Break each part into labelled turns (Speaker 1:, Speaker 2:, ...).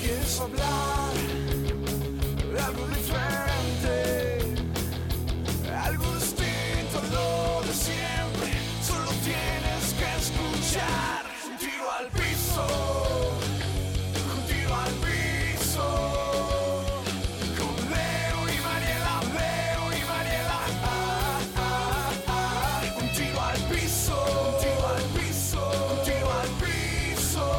Speaker 1: queremos hablar de algo diferente, algo distinto a lo de siempre. Solo tienes que escuchar un tiro al piso, un tiro al piso. Con Leo y Mariela, Leo y Mariela. Ah, ah, ah. Un tiro al piso, un tiro al piso, un tiro al piso.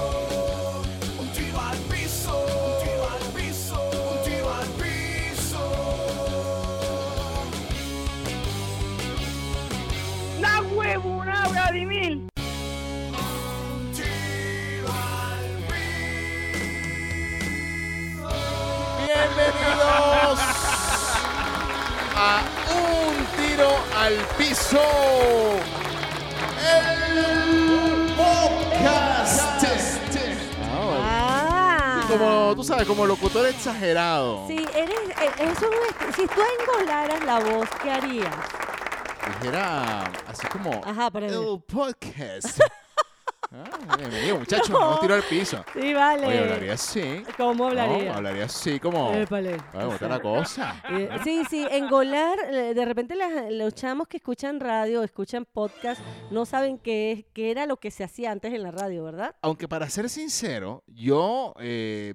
Speaker 1: Un tiro al piso, un tiro al piso, un tiro al piso.
Speaker 2: ¡La huevona, Vladimir!
Speaker 1: Un tiro al
Speaker 3: Bienvenidos a Un Tiro al Piso. El podcast. Ah,
Speaker 4: Ah.
Speaker 3: Como tú sabes, como locutor exagerado.
Speaker 4: Sí, eres, eh, eso es un est- si tú engolaras la voz, ¿qué harías?
Speaker 3: Dijera así como
Speaker 4: Ajá, pero-
Speaker 3: el podcast. Ah, bienvenido, muchachos.
Speaker 4: No.
Speaker 3: Un tiro al piso.
Speaker 4: Sí, vale.
Speaker 3: Oye, hablaría así.
Speaker 4: ¿Cómo
Speaker 3: No,
Speaker 4: hablaría?
Speaker 3: hablaría así como.
Speaker 4: Épale.
Speaker 3: Ay, ¿cómo está la cosa?
Speaker 4: Eh, Sí, sí, engolar, eh, de repente las- los chamos que escuchan radio, escuchan podcast, no saben qué, es- qué era lo que se hacía antes en la radio, ¿verdad?
Speaker 3: Aunque para ser sincero, yo eh,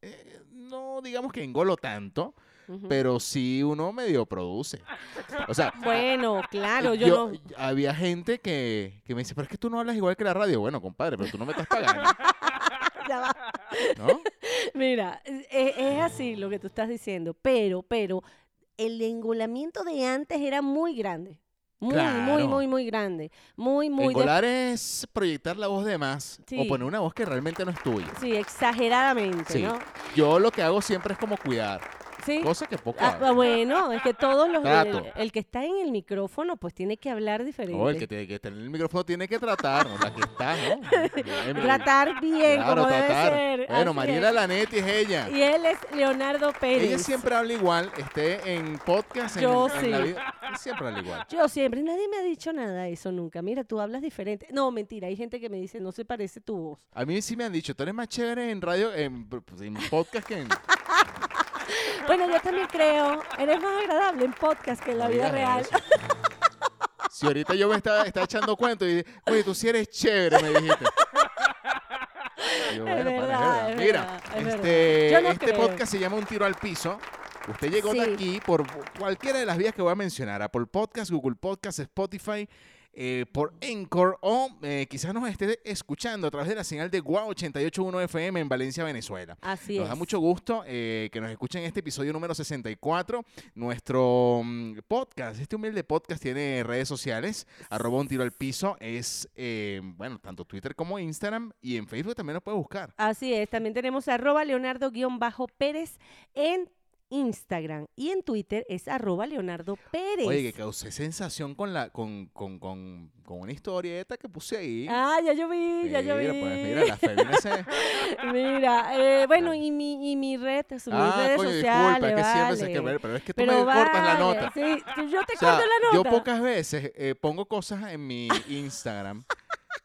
Speaker 3: eh, no digamos que engolo tanto,
Speaker 4: Ujú.
Speaker 3: pero sí uno medio produce. O sea, eh,
Speaker 4: Bueno, claro, yo,
Speaker 3: yo-
Speaker 4: no.
Speaker 3: había gente que, que me dice, pero es que tú no hablas igual que la radio. Bueno, compadre, pero tú no me estás pagando,
Speaker 4: Ya va.
Speaker 3: ¿no?
Speaker 4: Mira, es, e-, es así lo que tú estás diciendo, pero, pero el engolamiento de antes era muy grande. Muy, muy,
Speaker 3: Claro.
Speaker 4: muy, muy grande. Muy, muy. de-
Speaker 3: Engolar es proyectar la voz de más
Speaker 4: Sí.
Speaker 3: o poner una voz que realmente no es tuya.
Speaker 4: Sí, exageradamente,
Speaker 3: Sí.
Speaker 4: ¿no?
Speaker 3: Yo lo que hago siempre es como cuidar,
Speaker 4: Sí.
Speaker 3: cosa que poco
Speaker 4: Ah,
Speaker 3: hago.
Speaker 4: bueno, es que todos los.
Speaker 3: Trato.
Speaker 4: El, el que está en el micrófono, pues tiene que hablar diferente.
Speaker 3: No, el que, tiene que tener el micrófono tiene que tratar, ¿no? la que está, ¿no?
Speaker 4: Tratar bien,
Speaker 3: Claro,
Speaker 4: como
Speaker 3: tratar.
Speaker 4: debe ser.
Speaker 3: Bueno,
Speaker 4: así
Speaker 3: Mariela
Speaker 4: es.
Speaker 3: Lanetti es ella.
Speaker 4: Y él es Leonardo Pérez.
Speaker 3: Ella siempre habla igual, esté en podcast, en,
Speaker 4: Yo
Speaker 3: en la
Speaker 4: sí.
Speaker 3: vida. Siempre habla igual.
Speaker 4: Yo siempre, nadie me ha dicho nada de eso nunca. Mira, tú hablas diferente. No, mentira, hay gente que me dice, no se parece tu voz.
Speaker 3: A mí sí me han dicho, tú eres más chévere en radio, en, pues, en podcast que en
Speaker 4: Bueno, yo también creo, eres más agradable en podcast que en la vida real.
Speaker 3: sí. Si ahorita yo me estaba, estaba echando cuento y dije, oye, tú sí eres chévere, me dijiste. Y yo,
Speaker 4: Es
Speaker 3: "Bueno, pana, es
Speaker 4: verdad, es
Speaker 3: Mira,
Speaker 4: verdad, es
Speaker 3: este,
Speaker 4: verdad. Yo no
Speaker 3: este
Speaker 4: creo.
Speaker 3: podcast se llama Un Tiro al Piso. Usted llegó de
Speaker 4: Sí.
Speaker 3: aquí por cualquiera de las vías que voy a mencionar, Apple Podcast, Google Podcast, Spotify, eh, por Anchor o eh, quizás nos esté escuchando a través de la señal de Guau 881 FM en Valencia, Venezuela.
Speaker 4: Así
Speaker 3: Nos
Speaker 4: es.
Speaker 3: da mucho gusto eh, que nos escuchen este episodio número 64. Nuestro mm, podcast, este humilde podcast tiene redes sociales, arroba un tiro al piso, es, eh, bueno, tanto Twitter como Instagram y en Facebook también lo puedes buscar.
Speaker 4: Así es, también tenemos arroba leonardo-pérez en Instagram y en Twitter es arroba leonardo pérez.
Speaker 3: Oye, que causé sensación con, la, con, con, con, con una historieta que puse ahí.
Speaker 4: Ah, ya yo vi, ya yo vi.
Speaker 3: Mira, pues mira, las feminas se-
Speaker 4: Mira, eh, bueno, y mi, y mi red, mis
Speaker 3: Ah,
Speaker 4: redes
Speaker 3: coño,
Speaker 4: sociales,
Speaker 3: disculpa, es que siempre se
Speaker 4: vale.
Speaker 3: que- pero es que tú
Speaker 4: Pero
Speaker 3: me cortas la
Speaker 4: vale,
Speaker 3: nota.
Speaker 4: Sí, tú- yo te
Speaker 3: O sea,
Speaker 4: corto la
Speaker 3: Yo
Speaker 4: nota.
Speaker 3: pocas veces eh, pongo cosas en mi Instagram.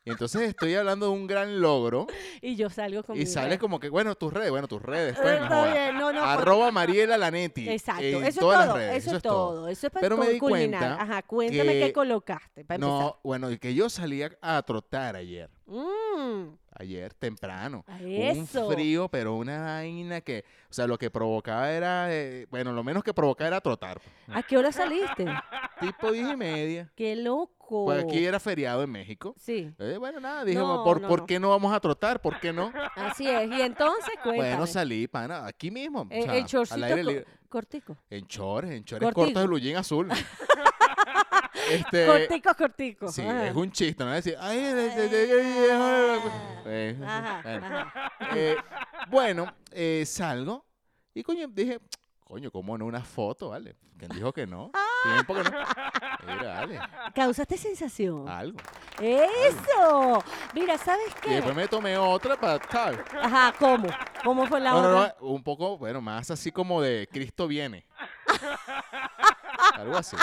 Speaker 3: y entonces estoy hablando de un gran logro.
Speaker 4: Y yo salgo con
Speaker 3: y
Speaker 4: mi
Speaker 3: sale
Speaker 4: red.
Speaker 3: como que, bueno, tus redes, bueno, tus redes.
Speaker 4: Eh,
Speaker 3: pues, no
Speaker 4: está
Speaker 3: jodas.
Speaker 4: bien, no, no, por-
Speaker 3: Arroba Mariela Lanetti.
Speaker 4: Exacto,
Speaker 3: en
Speaker 4: eso es
Speaker 3: todas las
Speaker 4: todo,
Speaker 3: redes,
Speaker 4: eso, es todo, eso es para
Speaker 3: Pero me
Speaker 4: todo
Speaker 3: di
Speaker 4: culminar.
Speaker 3: cuenta
Speaker 4: Ajá, cuéntame
Speaker 3: que
Speaker 4: qué colocaste para
Speaker 3: No, bueno, y que yo salía a trotar ayer.
Speaker 4: empezar. Mm,
Speaker 3: Ayer, temprano.
Speaker 4: a
Speaker 3: Un
Speaker 4: eso.
Speaker 3: frío, pero una vaina que, o sea, lo que provocaba era, eh, bueno, lo menos que provocaba era trotar.
Speaker 4: ¿A qué hora saliste?
Speaker 3: Tipo diez y media.
Speaker 4: Qué loco.
Speaker 3: Pues aquí era feriado en México.
Speaker 4: Sí,
Speaker 3: Eh, bueno, nada, dijimos,
Speaker 4: No,
Speaker 3: ¿por,
Speaker 4: no,
Speaker 3: ¿por
Speaker 4: no.
Speaker 3: qué no vamos a trotar? ¿Por qué no?
Speaker 4: así es. Y entonces cuéntame.
Speaker 3: Bueno, salí, pana, aquí mismo. o
Speaker 4: Eh,
Speaker 3: sea,
Speaker 4: el
Speaker 3: al
Speaker 4: chorcito
Speaker 3: aire
Speaker 4: co-
Speaker 3: libre.
Speaker 4: cortico.
Speaker 3: En shorts, en shorts cortos
Speaker 4: Cortico.
Speaker 3: de Lujín azul. este,
Speaker 4: cortico, Ah. cortico.
Speaker 3: Sí,
Speaker 4: ajá.
Speaker 3: es un chiste, ¿no? Decir, ay, ay, ay, ay, ay, ay, ay, ay".
Speaker 4: Ah,
Speaker 3: Eh,
Speaker 4: Ajá,
Speaker 3: bueno.
Speaker 4: ajá.
Speaker 3: Eh, bueno, eh, salgo y coño, dije, coño, ¿cómo no una foto, vale? ¿Quién dijo que no? Tiempo que no.
Speaker 4: Ah.
Speaker 3: Mira, vale,
Speaker 4: Causaste sensación.
Speaker 3: algo.
Speaker 4: ¡Eso! Mira, ¿sabes
Speaker 3: Y después
Speaker 4: qué?
Speaker 3: me tomé otra para, ¿sabes?
Speaker 4: Ajá, ¿cómo? ¿Cómo fue la
Speaker 3: No, no,
Speaker 4: otra?
Speaker 3: no, un poco, bueno, más así como de Cristo viene. Algo así.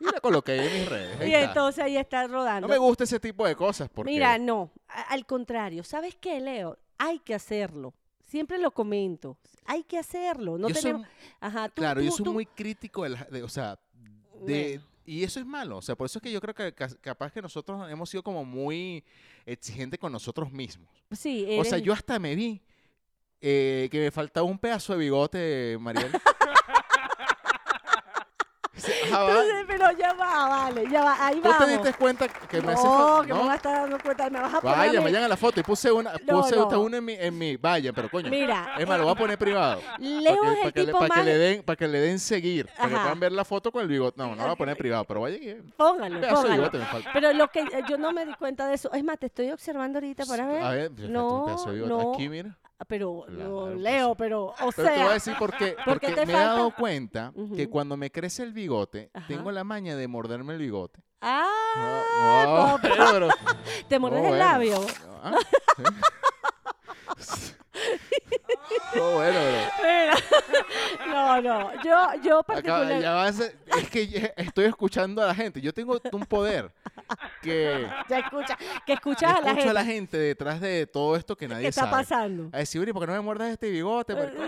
Speaker 3: Y la coloqué en mis redes. ahí
Speaker 4: Y
Speaker 3: está.
Speaker 4: entonces ahí estás rodando.
Speaker 3: No me gusta ese tipo de cosas porque
Speaker 4: Mira, no, a- al contrario, ¿sabes qué, Leo? Hay que hacerlo. Siempre lo comento. Hay que hacerlo. No
Speaker 3: Yo soy-
Speaker 4: tenemos. Ajá, tú-
Speaker 3: claro, yo
Speaker 4: tú-
Speaker 3: soy
Speaker 4: tú-
Speaker 3: muy crítico de, la- de- o sea, de y eso es malo, o sea, por eso es que yo creo que ca- capaz que nosotros hemos sido como muy exigentes con nosotros mismos.
Speaker 4: Sí,
Speaker 3: O sea,
Speaker 4: eres-
Speaker 3: yo hasta me vi eh, que me faltaba un pedazo de bigote, Mariel. O sea, ah, va,
Speaker 4: Entonces, pero ya va, vale, ya va, ahí
Speaker 3: ¿Tú te
Speaker 4: vamos.
Speaker 3: diste cuenta que me hace
Speaker 4: no,
Speaker 3: falta-
Speaker 4: que me vas a estar dando cuenta, me vas a poner. a
Speaker 3: Vaya,
Speaker 4: mí-
Speaker 3: vayan a la foto y puse una,
Speaker 4: No,
Speaker 3: puse hasta
Speaker 4: no.
Speaker 3: una en mi, en mi- vaya, pero coño.
Speaker 4: Mira,
Speaker 3: Es más, lo voy a poner privado.
Speaker 4: Leo
Speaker 3: Para que-
Speaker 4: es el
Speaker 3: para que le-
Speaker 4: tipo
Speaker 3: para
Speaker 4: más.
Speaker 3: Que le den, para que le den seguir. Para que
Speaker 4: Ajá.
Speaker 3: puedan ver la foto con el bigote. No, no la voy a poner privado, pero vaya. que-
Speaker 4: Póngalo,
Speaker 3: Pedazo de
Speaker 4: póngalo.
Speaker 3: bigote me falta.
Speaker 4: Pero lo que eh, yo no me di cuenta de eso. Es más, te estoy observando ahorita para ver.
Speaker 3: A ver, me falta un
Speaker 4: No,
Speaker 3: pedazo de bigote.
Speaker 4: no. ah,
Speaker 3: Aquí, mira.
Speaker 4: Pero,
Speaker 3: Claro,
Speaker 4: no,
Speaker 3: pues.
Speaker 4: Leo, pero, o
Speaker 3: Pero te voy a
Speaker 4: sea.
Speaker 3: decir por qué.
Speaker 4: porque
Speaker 3: Porque
Speaker 4: te
Speaker 3: me he
Speaker 4: falta-
Speaker 3: dado cuenta que
Speaker 4: Ujú.
Speaker 3: cuando me crece el bigote,
Speaker 4: Ajá.
Speaker 3: tengo la maña de morderme el bigote.
Speaker 4: Ah, oh,
Speaker 3: No, no, pero-
Speaker 4: te mordes
Speaker 3: No,
Speaker 4: el
Speaker 3: oh, bueno.
Speaker 4: labio.
Speaker 3: Ah, sí. No, bueno, pero-
Speaker 4: Mira, No, no. Yo, yo
Speaker 3: Acaba-
Speaker 4: particular.
Speaker 3: ya vas a- es que ya estoy escuchando a la gente. Yo tengo un poder que
Speaker 4: Ya escucha, que escuchas a la
Speaker 3: escucho
Speaker 4: gente
Speaker 3: a la gente detrás de todo esto que nadie
Speaker 4: que está
Speaker 3: sabe.
Speaker 4: pasando.
Speaker 3: A decir, "Uri, ¿por qué no me muerdas este bigote?
Speaker 4: Sí,
Speaker 3: Pero-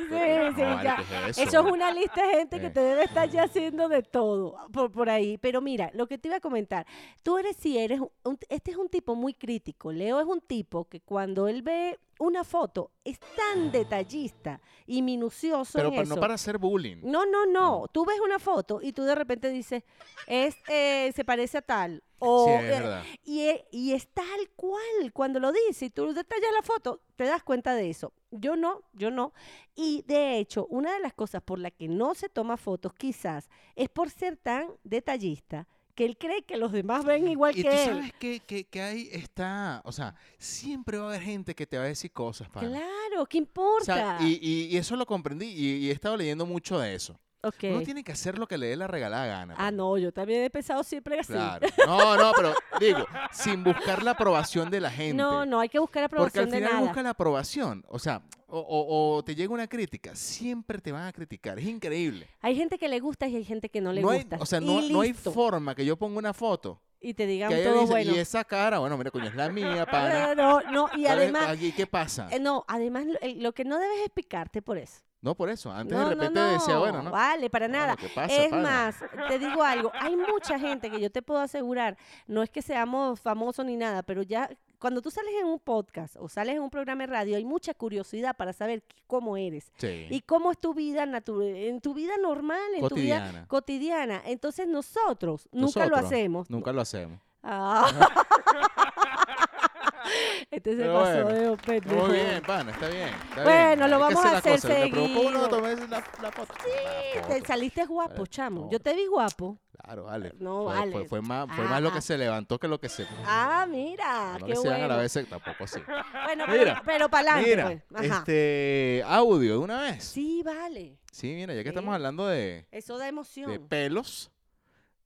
Speaker 4: sí,
Speaker 3: No, vale,
Speaker 4: ya.
Speaker 3: ¿qué es
Speaker 4: Eso es una lista de gente que
Speaker 3: Eh.
Speaker 4: te debe estar ya haciendo de todo por, por ahí. Pero mira, lo que te iba a comentar, tú eres si eres, un- un- este es un tipo muy crítico. Leo es un tipo que cuando él ve una foto es tan detallista y minucioso
Speaker 3: Pero
Speaker 4: en
Speaker 3: pa-
Speaker 4: eso.
Speaker 3: no para Mm. hacer bullying.
Speaker 4: No, no, no. Tú ves una foto y tú de repente dices, es, eh, se parece a tal. O,
Speaker 3: Sí, es
Speaker 4: eh,
Speaker 3: verdad.
Speaker 4: y, e- y es tal cual cuando lo dice y tú detallas la foto, te das cuenta de eso. Yo no, yo no. Y de hecho, una de las cosas por la que no se toma fotos quizás es por ser tan detallista que él cree que los demás ven igual
Speaker 3: Y
Speaker 4: que
Speaker 3: tú
Speaker 4: él.
Speaker 3: sabes que, que, que ahí está, o sea, siempre va a haber gente que te va a decir cosas, pana.
Speaker 4: Claro, ¿qué
Speaker 3: O sea,
Speaker 4: importa?
Speaker 3: y, y- y eso lo comprendí y, y he estado leyendo mucho de eso.
Speaker 4: Ok.
Speaker 3: Uno tiene que hacer lo que le dé la regalada gana.
Speaker 4: Ah,
Speaker 3: pana.
Speaker 4: no, yo también he pensado siempre así.
Speaker 3: Claro. No, no, pero digo, sin buscar la aprobación de la gente.
Speaker 4: No, no, hay que buscar
Speaker 3: Porque
Speaker 4: aprobación
Speaker 3: al final
Speaker 4: de nada.
Speaker 3: busca la aprobación. O sea, o, o- o te llega una crítica, siempre te van a criticar. Es increíble.
Speaker 4: Hay gente que le gusta y hay gente que no le
Speaker 3: No hay,
Speaker 4: gusta.
Speaker 3: o sea,
Speaker 4: Y
Speaker 3: no, no hay
Speaker 4: listo.
Speaker 3: forma que yo ponga una foto.
Speaker 4: Y te digan
Speaker 3: Que ella
Speaker 4: todo
Speaker 3: dice,
Speaker 4: bueno.
Speaker 3: y esa cara, bueno, mira, coño, es la mía, para.
Speaker 4: No, no, no, y además,
Speaker 3: ¿Y qué pasa?
Speaker 4: Eh, No, además lo, el- lo que no debes es picarte por eso.
Speaker 3: No, por eso. Antes
Speaker 4: no,
Speaker 3: de
Speaker 4: no,
Speaker 3: repente decía,
Speaker 4: no,
Speaker 3: bueno, ¿no?
Speaker 4: Vale, para
Speaker 3: Bueno,
Speaker 4: nada.
Speaker 3: ¿qué pasa,
Speaker 4: es
Speaker 3: pana?
Speaker 4: más, te digo algo, hay mucha gente que yo te puedo asegurar, no es que seamos famosos ni nada, pero ya cuando tú sales en un podcast o sales en un programa de radio, hay mucha curiosidad para saber qui- cómo eres
Speaker 3: Sí.
Speaker 4: y cómo es tu vida natu- en tu vida normal, en tu
Speaker 3: Cotidiana.
Speaker 4: vida cotidiana. Entonces nosotros nunca lo
Speaker 3: Nosotros
Speaker 4: hacemos.
Speaker 3: Nunca lo hacemos.
Speaker 4: Ah. este se
Speaker 3: Pero
Speaker 4: pasó
Speaker 3: bueno,
Speaker 4: de pendejo.
Speaker 3: Muy bien, pana, está bien. está
Speaker 4: Bueno,
Speaker 3: bien.
Speaker 4: lo
Speaker 3: Hay que
Speaker 4: vamos a
Speaker 3: las
Speaker 4: hacer
Speaker 3: cosas. Te provocó uno,
Speaker 4: seguido.
Speaker 3: tomé la, la foto. La
Speaker 4: Te
Speaker 3: foto.
Speaker 4: saliste guapo,
Speaker 3: Vale,
Speaker 4: chamo.
Speaker 3: no.
Speaker 4: Yo te vi guapo.
Speaker 3: Claro, vale.
Speaker 4: No,
Speaker 3: fue,
Speaker 4: vale.
Speaker 3: Fue, fue más, fue más lo que se levantó que lo que se.
Speaker 4: Ah, mira,
Speaker 3: no
Speaker 4: qué
Speaker 3: que se van a la
Speaker 4: bueno.
Speaker 3: vez tampoco así.
Speaker 4: Bueno,
Speaker 3: Mira,
Speaker 4: pero, pero para adelante,
Speaker 3: Mira,
Speaker 4: pues. Ajá.
Speaker 3: este audio de una vez. Sí,
Speaker 4: Sí, vale.
Speaker 3: mira, ya que estamos
Speaker 4: Mira.
Speaker 3: hablando de,
Speaker 4: Eso da emoción.
Speaker 3: de pelos,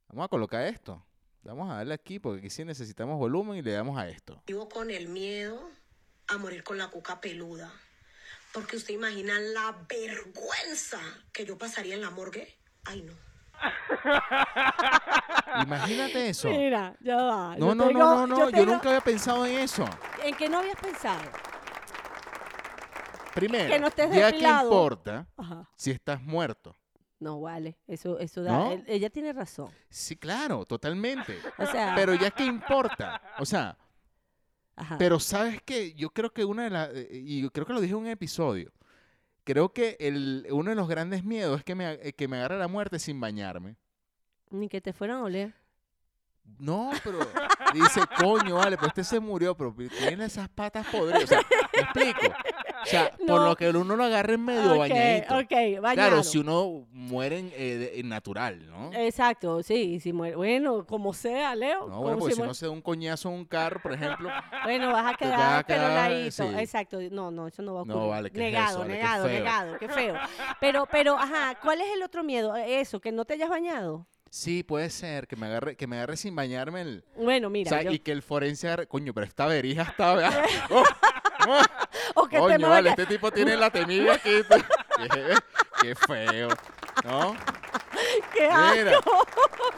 Speaker 3: vamos a colocar esto. Vamos a darle aquí porque aquí sí necesitamos volumen y le damos a esto.
Speaker 5: Vivo con el miedo a morir con la cuca peluda. Porque usted imagina la vergüenza que yo pasaría en la morgue. Ay, no.
Speaker 3: Imagínate eso.
Speaker 4: Mira, ya va.
Speaker 3: No,
Speaker 4: yo
Speaker 3: no,
Speaker 4: tengo-
Speaker 3: no, no, no, yo
Speaker 4: tengo-
Speaker 3: nunca había pensado en eso.
Speaker 4: ¿En qué no habías pensado?
Speaker 3: Primero,
Speaker 4: Que no estés
Speaker 3: ya que
Speaker 4: depilado.
Speaker 3: importa
Speaker 4: Ajá.
Speaker 3: si estás muerto.
Speaker 4: No, vale. Eso, eso da.
Speaker 3: ¿No?
Speaker 4: él- ella tiene razón.
Speaker 3: Sí, claro, totalmente.
Speaker 4: O sea,
Speaker 3: Pero ya que importa. O sea,
Speaker 4: ajá.
Speaker 3: Pero sabes que yo creo que una de las, eh, y yo creo que lo dije en un episodio, creo que el, uno de los grandes miedos es que me, a- eh, que me agarre la muerte sin bañarme.
Speaker 4: ni que te fueran a oler.
Speaker 3: No, pero dice, coño, vale, pues este se murió, pero pi- tiene esas patas podridas. O sea, ¿me explico? O sea, por
Speaker 4: No.
Speaker 3: lo que uno lo agarre en medio
Speaker 4: ok,
Speaker 3: bañadito.
Speaker 4: ok, bañado.
Speaker 3: Claro, si uno muere en, eh, de- en natural, ¿no?
Speaker 4: Exacto, sí, y si muere. Bueno, como sea, Leo.
Speaker 3: no, bueno,
Speaker 4: como
Speaker 3: porque si
Speaker 4: muere-
Speaker 3: no se da un coñazo a un carro, por ejemplo.
Speaker 4: Bueno, vas a
Speaker 3: Te vas a
Speaker 4: quedar
Speaker 3: quedar,
Speaker 4: peloladito.
Speaker 3: sí.
Speaker 4: Exacto. No, no, eso no va a
Speaker 3: No,
Speaker 4: ocurrir.
Speaker 3: vale, ¿qué es
Speaker 4: negado,
Speaker 3: eso? Vale, qué
Speaker 4: negado,
Speaker 3: feo.
Speaker 4: negado, qué feo. Pero, pero, ajá, ¿cuál es el otro miedo? Eh, Eso, que no te hayas bañado.
Speaker 3: Sí, puede ser, que me agarre, que me agarre sin bañarme el,
Speaker 4: Bueno, mira.
Speaker 3: o sea,
Speaker 4: yo-
Speaker 3: y que el forense agarre, coño, pero esta verija está.
Speaker 4: o que te
Speaker 3: coño, vale,
Speaker 4: vayas-
Speaker 3: este tipo tiene la temible aquí. pues. Qué- Qué feo. ¿No?
Speaker 4: que, ah,
Speaker 3: este Mira.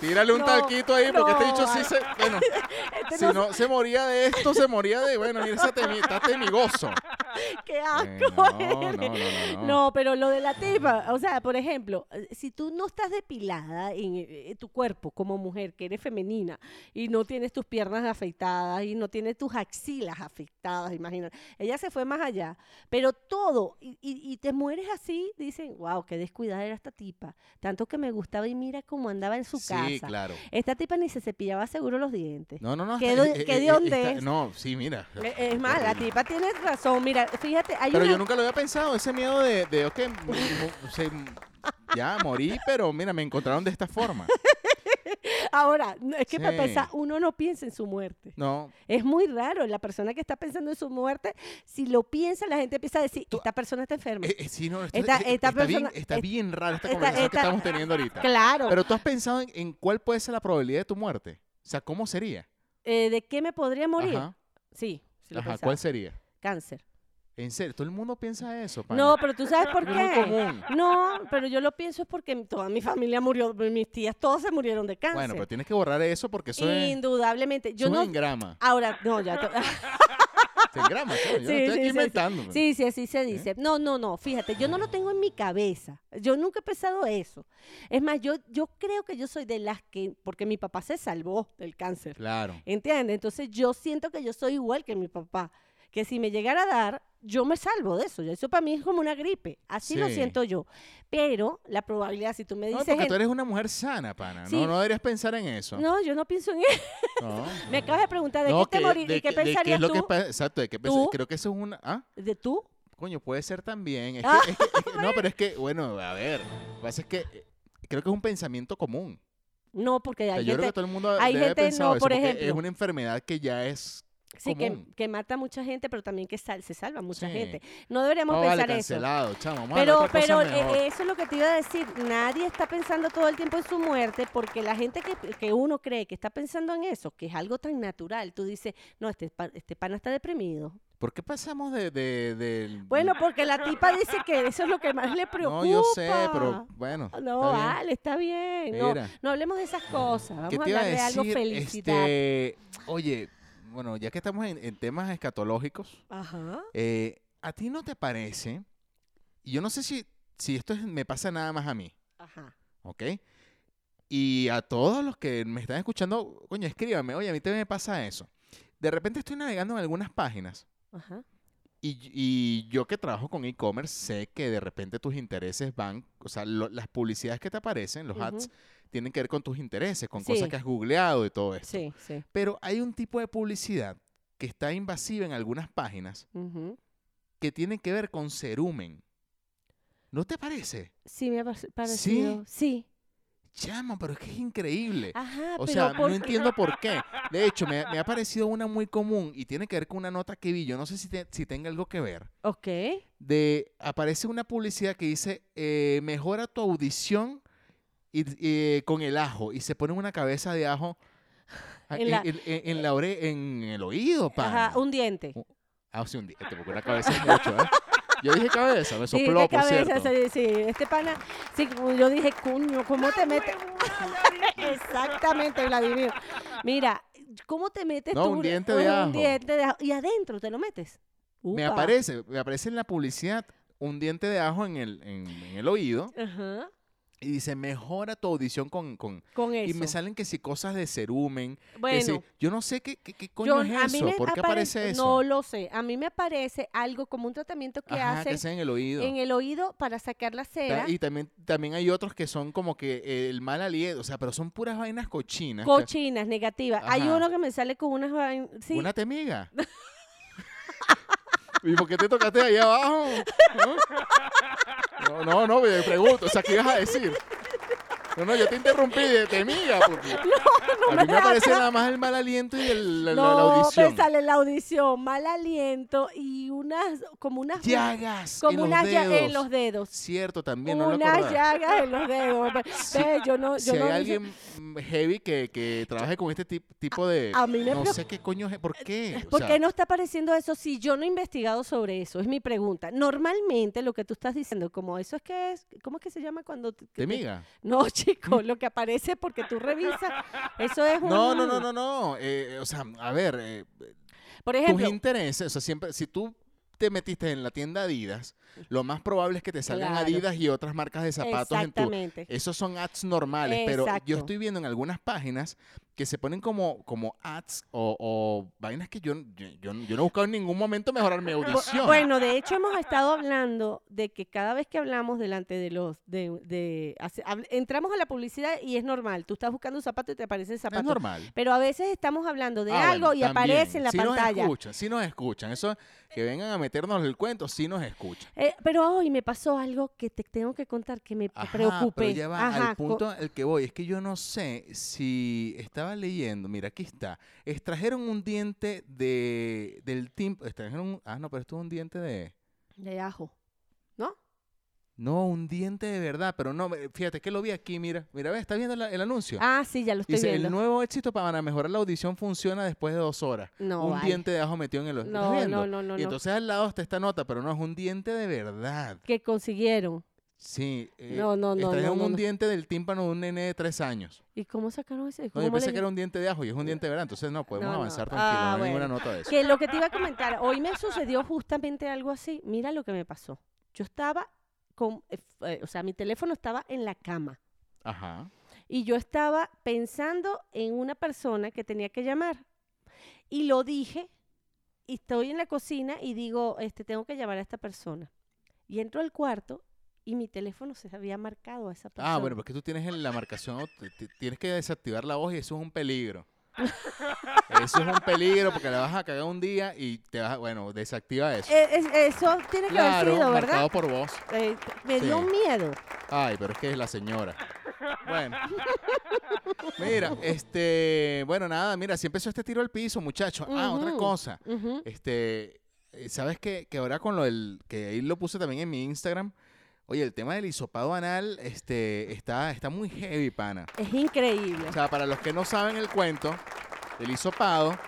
Speaker 3: Tírale un
Speaker 4: No,
Speaker 3: talquito ahí, porque este
Speaker 4: no,
Speaker 3: dicho sí
Speaker 4: vale.
Speaker 3: se. Bueno,
Speaker 4: este
Speaker 3: si
Speaker 4: no-
Speaker 3: no se moría de esto, se moría de. Bueno, mira, ese temi, está temigoso.
Speaker 4: ¡Qué
Speaker 3: Eh,
Speaker 4: asco!
Speaker 3: no, no,
Speaker 4: eres!
Speaker 3: no, no.
Speaker 4: No, pero lo de la tipa, o sea, por ejemplo, eh, si tú no estás depilada en, eh, tu cuerpo como mujer, que eres femenina, y no tienes tus piernas afeitadas, y no tienes tus axilas afectadas, imagínate. Ella se fue más allá, pero todo, y, y- y te mueres así, dicen, wow, qué descuidada era esta tipa, tanto que me gustaba y mira cómo andaba en su casa.
Speaker 3: Sí, claro.
Speaker 4: Esta tipa ni se cepillaba seguro los dientes.
Speaker 3: No, no, no.
Speaker 4: ¿Qué
Speaker 3: está-
Speaker 4: do-
Speaker 3: eh,
Speaker 4: qué
Speaker 3: eh,
Speaker 4: de
Speaker 3: eh,
Speaker 4: dónde
Speaker 3: está-
Speaker 4: es?
Speaker 3: No, sí, mira.
Speaker 4: Eh, Es más, la tipa tiene razón. Mira, fíjate, hay
Speaker 3: Pero
Speaker 4: una...
Speaker 3: yo nunca lo había pensado, ese miedo de, de ok, mu- mu- se- ya morí, pero mira, me encontraron de esta forma.
Speaker 4: Ahora, no, es que para
Speaker 3: Sí.
Speaker 4: empezar, uno no piensa en su muerte.
Speaker 3: No,
Speaker 4: Es muy raro. La persona que está pensando en su muerte, si lo piensa, la gente empieza a decir, esta persona está enferma.
Speaker 3: eh, eh, sí, no, esto-
Speaker 4: Esta-
Speaker 3: eh,
Speaker 4: esta
Speaker 3: está, bien,
Speaker 4: persona-
Speaker 3: está
Speaker 4: eh,
Speaker 3: bien rara esta
Speaker 4: esta-
Speaker 3: conversación que
Speaker 4: esta-
Speaker 3: estamos teniendo ahorita.
Speaker 4: claro.
Speaker 3: eh, Pero tú has pensado en, en cuál puede ser la probabilidad de tu muerte. O sea, ¿cómo sería?
Speaker 4: Eh, ¿De qué me podría morir?
Speaker 3: Ajá,
Speaker 4: Sí, sí lo
Speaker 3: ajá,
Speaker 4: pensaba.
Speaker 3: ¿cuál sería?
Speaker 4: Cáncer.
Speaker 3: En serio, todo el mundo piensa eso, pana.
Speaker 4: No, pero tú sabes por
Speaker 3: Es muy
Speaker 4: qué.
Speaker 3: común.
Speaker 4: No, pero yo lo pienso es porque toda mi familia murió, mis tías todas se murieron de cáncer.
Speaker 3: Bueno, pero tienes que borrar eso porque eso es,
Speaker 4: Indudablemente.
Speaker 3: eso
Speaker 4: Yo
Speaker 3: es
Speaker 4: no.
Speaker 3: un engrama.
Speaker 4: Ahora, no, ya. to-
Speaker 3: Se engrama, claro, yo no
Speaker 4: Sí,
Speaker 3: estoy
Speaker 4: sí,
Speaker 3: aquí
Speaker 4: sí,
Speaker 3: inventando. pues. pana.
Speaker 4: Sí, sí, así se dice. No, no, no, fíjate, yo no lo tengo en mi cabeza. Yo nunca he pensado eso. Es más, yo, yo creo que yo soy de las que, porque mi papá se salvó del cáncer,
Speaker 3: Claro.
Speaker 4: ¿entiendes? Entonces yo siento que yo soy igual que mi papá, que si me llegara a dar, yo me salvo de eso. Ya Eso para mí es como una gripe, así lo
Speaker 3: Sí.
Speaker 4: siento yo. Pero la probabilidad, si tú me
Speaker 3: No,
Speaker 4: dices...
Speaker 3: porque
Speaker 4: "Gen-
Speaker 3: tú eres una mujer sana, pana.
Speaker 4: Sí.
Speaker 3: No, no deberías pensar en eso.
Speaker 4: No, yo no pienso en eso.
Speaker 3: No.
Speaker 4: Me acabas de preguntar, ¿de
Speaker 3: No,
Speaker 4: qué te
Speaker 3: que-
Speaker 4: morir? ¿Y
Speaker 3: de
Speaker 4: qué
Speaker 3: que- de
Speaker 4: pensarías
Speaker 3: es lo que
Speaker 4: tú?
Speaker 3: pa- exacto, de qué
Speaker 4: ¿Tú?
Speaker 3: pensa- Creo que eso es una... ¿ah?
Speaker 4: ¿De tú?
Speaker 3: Coño, puede ser también. Es
Speaker 4: Ah,
Speaker 3: que- es que- es que- no, pero es que, bueno, a ver. Lo que pasa es que eh, creo que es un pensamiento común.
Speaker 4: No, porque
Speaker 3: O sea,
Speaker 4: hay
Speaker 3: yo creo
Speaker 4: gente-
Speaker 3: que todo el mundo
Speaker 4: hay
Speaker 3: debe haber
Speaker 4: gente no,
Speaker 3: pensado eso,
Speaker 4: por
Speaker 3: porque es
Speaker 4: ejemplo.
Speaker 3: una enfermedad que ya es...
Speaker 4: Sí, que,
Speaker 3: común.
Speaker 4: que mata a mucha gente, pero también que sal- se salva mucha
Speaker 3: Sí.
Speaker 4: gente. No deberíamos
Speaker 3: No, Oh, vale,
Speaker 4: pensar eso.
Speaker 3: cancelado, chamo. vamos a hablar
Speaker 4: Pero,
Speaker 3: otra cosa
Speaker 4: pero eh,
Speaker 3: mejor.
Speaker 4: eso es lo que te iba a decir. Nadie está pensando todo el tiempo en su muerte porque la gente que, que uno cree que está pensando en eso, que es algo tan natural, tú dices, no, este, pa- este pana está deprimido.
Speaker 3: ¿Por qué pasamos de... de- del-
Speaker 4: Bueno, porque la tipa dice que eso es lo que más le preocupa.
Speaker 3: No, yo sé, pero bueno.
Speaker 4: No,
Speaker 3: está bien.
Speaker 4: vale, está bien. No,
Speaker 3: Mira.
Speaker 4: no hablemos de esas cosas. Vamos
Speaker 3: ¿Qué
Speaker 4: a
Speaker 3: te iba
Speaker 4: hablar de
Speaker 3: a
Speaker 4: algo
Speaker 3: decir?
Speaker 4: felicidad.
Speaker 3: Este, oye, bueno, ya que estamos en, en temas escatológicos,
Speaker 4: Ajá.
Speaker 3: eh, ¿a ti no te parece? Y yo no sé si, si esto es- me pasa nada más a mí,
Speaker 4: Ajá.
Speaker 3: ¿ok? Y a todos los que me están escuchando, coño, escríbame, oye, a mí también me pasa eso. De repente estoy navegando en algunas páginas
Speaker 4: Ajá.
Speaker 3: y, y yo que trabajo con e-commerce sé que de repente tus intereses van, o sea, lo- las publicidades que te aparecen, los ads,
Speaker 4: Ujú.
Speaker 3: tienen que ver con tus intereses, con
Speaker 4: Sí.
Speaker 3: cosas que has googleado y todo esto.
Speaker 4: Sí, sí.
Speaker 3: Pero hay un tipo de publicidad que está invasiva en algunas páginas
Speaker 4: Ujú.
Speaker 3: que tiene que ver con cerumen. ¿No te parece?
Speaker 4: Sí, me ha pas- parecido. Sí.
Speaker 3: Chama, pero es que es increíble.
Speaker 4: Ajá,
Speaker 3: Eh, o
Speaker 4: Ah, pero
Speaker 3: sea, no
Speaker 4: ¿por qué?
Speaker 3: entiendo por qué. De hecho, me, me ha parecido una muy común y tiene que ver con una nota que vi. Yo no sé si, te- si tenga algo que ver.
Speaker 4: Ok.
Speaker 3: De, aparece una publicidad que dice, eh, mejora tu audición y, eh, con el ajo. Y se pone una cabeza de ajo ah,
Speaker 4: En
Speaker 3: en,
Speaker 4: la-
Speaker 3: en- en la ore- en el oído, pana.
Speaker 4: Ajá, un diente.
Speaker 3: Un- Ah, sí, un día. Te tocó la cabeza es mucho, ¿eh? Yo dije cabeza, me
Speaker 4: Sí,
Speaker 3: sopló,
Speaker 4: de
Speaker 3: por
Speaker 4: cabeza,
Speaker 3: cierto.
Speaker 4: sí, sí, este pana, sí, como yo dije, cuño, ¿cómo te metes? Exactamente, Vladimir. Mira, ¿cómo te metes
Speaker 3: No,
Speaker 4: tú
Speaker 3: un diente de
Speaker 4: un
Speaker 3: ajo.
Speaker 4: diente de ajo? Y adentro te lo metes.
Speaker 3: Me
Speaker 4: Upa.
Speaker 3: aparece, me aparece en la publicidad un diente de ajo en el, en, en el oído
Speaker 4: Ajá,
Speaker 3: y dice, mejora tu audición con... con...
Speaker 4: con eso.
Speaker 3: Y me salen que si cosas de cerumen, que
Speaker 4: bueno,
Speaker 3: si- yo no sé qué, qué, qué coño
Speaker 4: yo- a
Speaker 3: es
Speaker 4: mí
Speaker 3: eso,
Speaker 4: me
Speaker 3: ¿por qué aparece eso?
Speaker 4: No lo sé, a mí me aparece algo como un tratamiento que
Speaker 3: Ajá,
Speaker 4: hacen
Speaker 3: que sea en el oído.
Speaker 4: en el oído para sacar la
Speaker 3: Ta-
Speaker 4: cera.
Speaker 3: Y también, también hay otros que son como que eh, el mal aliento, o sea, pero son puras vainas cochinas. que-
Speaker 4: Cochinas, negativas. Hay
Speaker 3: Ajá.
Speaker 4: uno que me sale con unas vain- sí.
Speaker 3: Una temiga. ¿Y por qué te tocaste ahí abajo? ¿Ah? No, no, no, me pregunto. O sea, ¿qué ibas a decir? No, no, yo te interrumpí de temiga. Porque
Speaker 4: no
Speaker 3: a mí
Speaker 4: me
Speaker 3: me aparece
Speaker 4: hagas.
Speaker 3: nada más el mal aliento y el, la, la- la
Speaker 4: No,
Speaker 3: audición.
Speaker 4: me sale la audición, mal aliento y unas, como unas
Speaker 3: Llagas
Speaker 4: como
Speaker 3: en los
Speaker 4: unas lla-
Speaker 3: dedos.
Speaker 4: en los dedos.
Speaker 3: Cierto, también, no lo
Speaker 4: unas
Speaker 3: acordaba.
Speaker 4: llagas en los dedos. Ve,
Speaker 3: Si-
Speaker 4: ve, yo no, yo
Speaker 3: si hay
Speaker 4: no hice-
Speaker 3: alguien mm, heavy que, que trabaje con este tip- tipo de...
Speaker 4: a mí me
Speaker 3: no
Speaker 4: preocupa-
Speaker 3: sé qué coño es... ¿Por qué? O
Speaker 4: ¿Por
Speaker 3: sea,
Speaker 4: qué no está apareciendo eso si yo no he investigado sobre eso? Es mi pregunta. Normalmente lo que tú estás diciendo, como eso es que es, ¿cómo es que se llama cuando? te-
Speaker 3: ¿Temiga?
Speaker 4: No, chico, lo que aparece porque tú revisas, eso es un...
Speaker 3: No, no, no, no, no. eh, o sea, a ver... eh,
Speaker 4: Por ejemplo,
Speaker 3: tus intereses, o sea, siempre, si tú te metiste en la tienda Adidas, lo más probable es que te salgan
Speaker 4: Claro.
Speaker 3: Adidas y otras marcas de zapatos en tu...
Speaker 4: Exactamente.
Speaker 3: Esos son ads normales, pero
Speaker 4: Exacto.
Speaker 3: yo estoy viendo en algunas páginas que se ponen como, como ads o, o vainas que yo, yo, yo- yo no he buscado en ningún momento mejorar mi audición.
Speaker 4: Bueno, de hecho hemos estado hablando de que cada vez que hablamos delante de los, de, de- hace- habl- entramos a la publicidad y es normal. Tú estás buscando un zapato y te aparecen
Speaker 3: es
Speaker 4: zapatos.
Speaker 3: normal.
Speaker 4: Pero a veces estamos hablando de
Speaker 3: Ah,
Speaker 4: algo
Speaker 3: bueno,
Speaker 4: y
Speaker 3: también.
Speaker 4: aparece en la
Speaker 3: si Nos
Speaker 4: pantalla.
Speaker 3: escuchan, si nos escuchan, eso que vengan a meternos el cuento, si nos escuchan.
Speaker 4: Eh, pero hoy me pasó algo que te tengo que contar que me
Speaker 3: Ajá,
Speaker 4: preocupé.
Speaker 3: Pero ya va,
Speaker 4: Ajá,
Speaker 3: al
Speaker 4: co-
Speaker 3: punto al que voy. Es que yo no sé si estaba leyendo. Mira, aquí está. Extrajeron un diente de, del tiempo. Extrajeron. un- ah, no, pero esto es un diente de.
Speaker 4: de ajo.
Speaker 3: No, un diente de verdad. Pero no, me- fíjate que lo vi aquí. Mira, mira, ve, ¿estás viendo la- el anuncio?
Speaker 4: Ah, sí, ya lo estoy
Speaker 3: Dice,
Speaker 4: viendo.
Speaker 3: el nuevo éxito para mejorar la audición funciona después de dos horas.
Speaker 4: No,
Speaker 3: un
Speaker 4: vale.
Speaker 3: diente de ajo metido en el ojo. ¿Estás
Speaker 4: No,
Speaker 3: viendo?
Speaker 4: no, no, no,
Speaker 3: Y
Speaker 4: no.
Speaker 3: entonces al lado está esta nota, pero no, es un diente de verdad.
Speaker 4: Que consiguieron.
Speaker 3: Sí. eh,
Speaker 4: No, no, no,
Speaker 3: extrajeron
Speaker 4: no, no,
Speaker 3: un
Speaker 4: no.
Speaker 3: diente del tímpano de un nene de tres años.
Speaker 4: ¿Y cómo sacaron ese?
Speaker 3: No,
Speaker 4: ¿Cómo
Speaker 3: yo pensé
Speaker 4: le-
Speaker 3: que era un diente de ajo y es un diente de verdad. Entonces, no, podemos
Speaker 4: No, no.
Speaker 3: avanzar tranquilo.
Speaker 4: Ah,
Speaker 3: no hay ninguna
Speaker 4: bueno.
Speaker 3: nota de eso.
Speaker 4: Que lo que te iba a comentar, hoy me sucedió justamente algo así. Mira lo que me pasó. Yo estaba con, eh, f- eh, o sea, mi teléfono estaba en la cama
Speaker 3: Ajá. Ah,
Speaker 4: y yo estaba pensando en una persona que tenía que llamar. Y lo dije y estoy en la cocina y digo, este, tengo que llamar a esta persona. Y entro al cuarto y mi teléfono se había marcado a esa persona.
Speaker 3: Ah, bueno, porque tú tienes en la marcación, o te- te- tienes que desactivar la voz y eso es un peligro. Eso es un peligro porque la vas a cagar un día y te vas a, bueno, desactiva eso.
Speaker 4: Eh, es- eso tiene que haber
Speaker 3: claro,
Speaker 4: sido,
Speaker 3: marcado
Speaker 4: ¿verdad?
Speaker 3: por voz.
Speaker 4: Eh, me dio
Speaker 3: Sí.
Speaker 4: un miedo.
Speaker 3: Ay, pero es que es la señora. Bueno. Mira, este, bueno, nada, mira, si empezó este tiro al piso, muchacho. Ah, otra
Speaker 4: Ujú.
Speaker 3: cosa.
Speaker 4: Ujú.
Speaker 3: Este, eh, ¿sabes qué? Que ahora con lo del, que ahí lo puse también en mi Instagram. Oye, el tema del hisopado anal, este, está, está muy heavy, pana.
Speaker 4: Es increíble.
Speaker 3: O sea, para los que no saben el cuento, el hisopado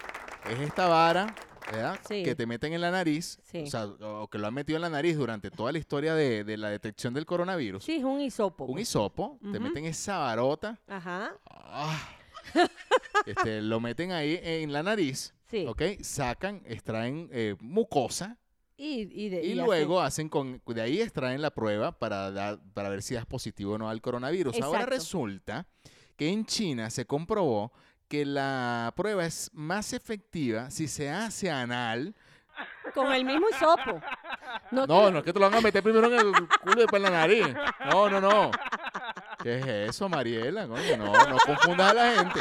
Speaker 3: es esta vara, ¿verdad?
Speaker 4: Sí.
Speaker 3: Que te meten en la nariz,
Speaker 4: Sí.
Speaker 3: o sea, o o que lo han metido en la nariz durante toda la historia de, de la detección del coronavirus.
Speaker 4: Sí, es un hisopo.
Speaker 3: Un
Speaker 4: pues.
Speaker 3: hisopo, te
Speaker 4: Ujú.
Speaker 3: meten esa varota,
Speaker 4: Ajá.
Speaker 3: ah, este, lo meten ahí en la nariz,
Speaker 4: Sí.
Speaker 3: ¿ok? Sacan, extraen eh, mucosa,
Speaker 4: Y, y de-
Speaker 3: y
Speaker 4: y hace-
Speaker 3: luego hacen con de ahí extraen la prueba para dar- para ver si das positivo o no al coronavirus. Ahora
Speaker 4: Exacto.
Speaker 3: resulta que en China se comprobó que la prueba es más efectiva si se hace anal.
Speaker 4: Con el mismo hisopo.
Speaker 3: No,
Speaker 4: No, que-
Speaker 3: no es que te lo van a meter primero en el culo y después en la nariz. No, no, no. ¿Qué es eso, Mariela? Coño, no, no confundas a la gente.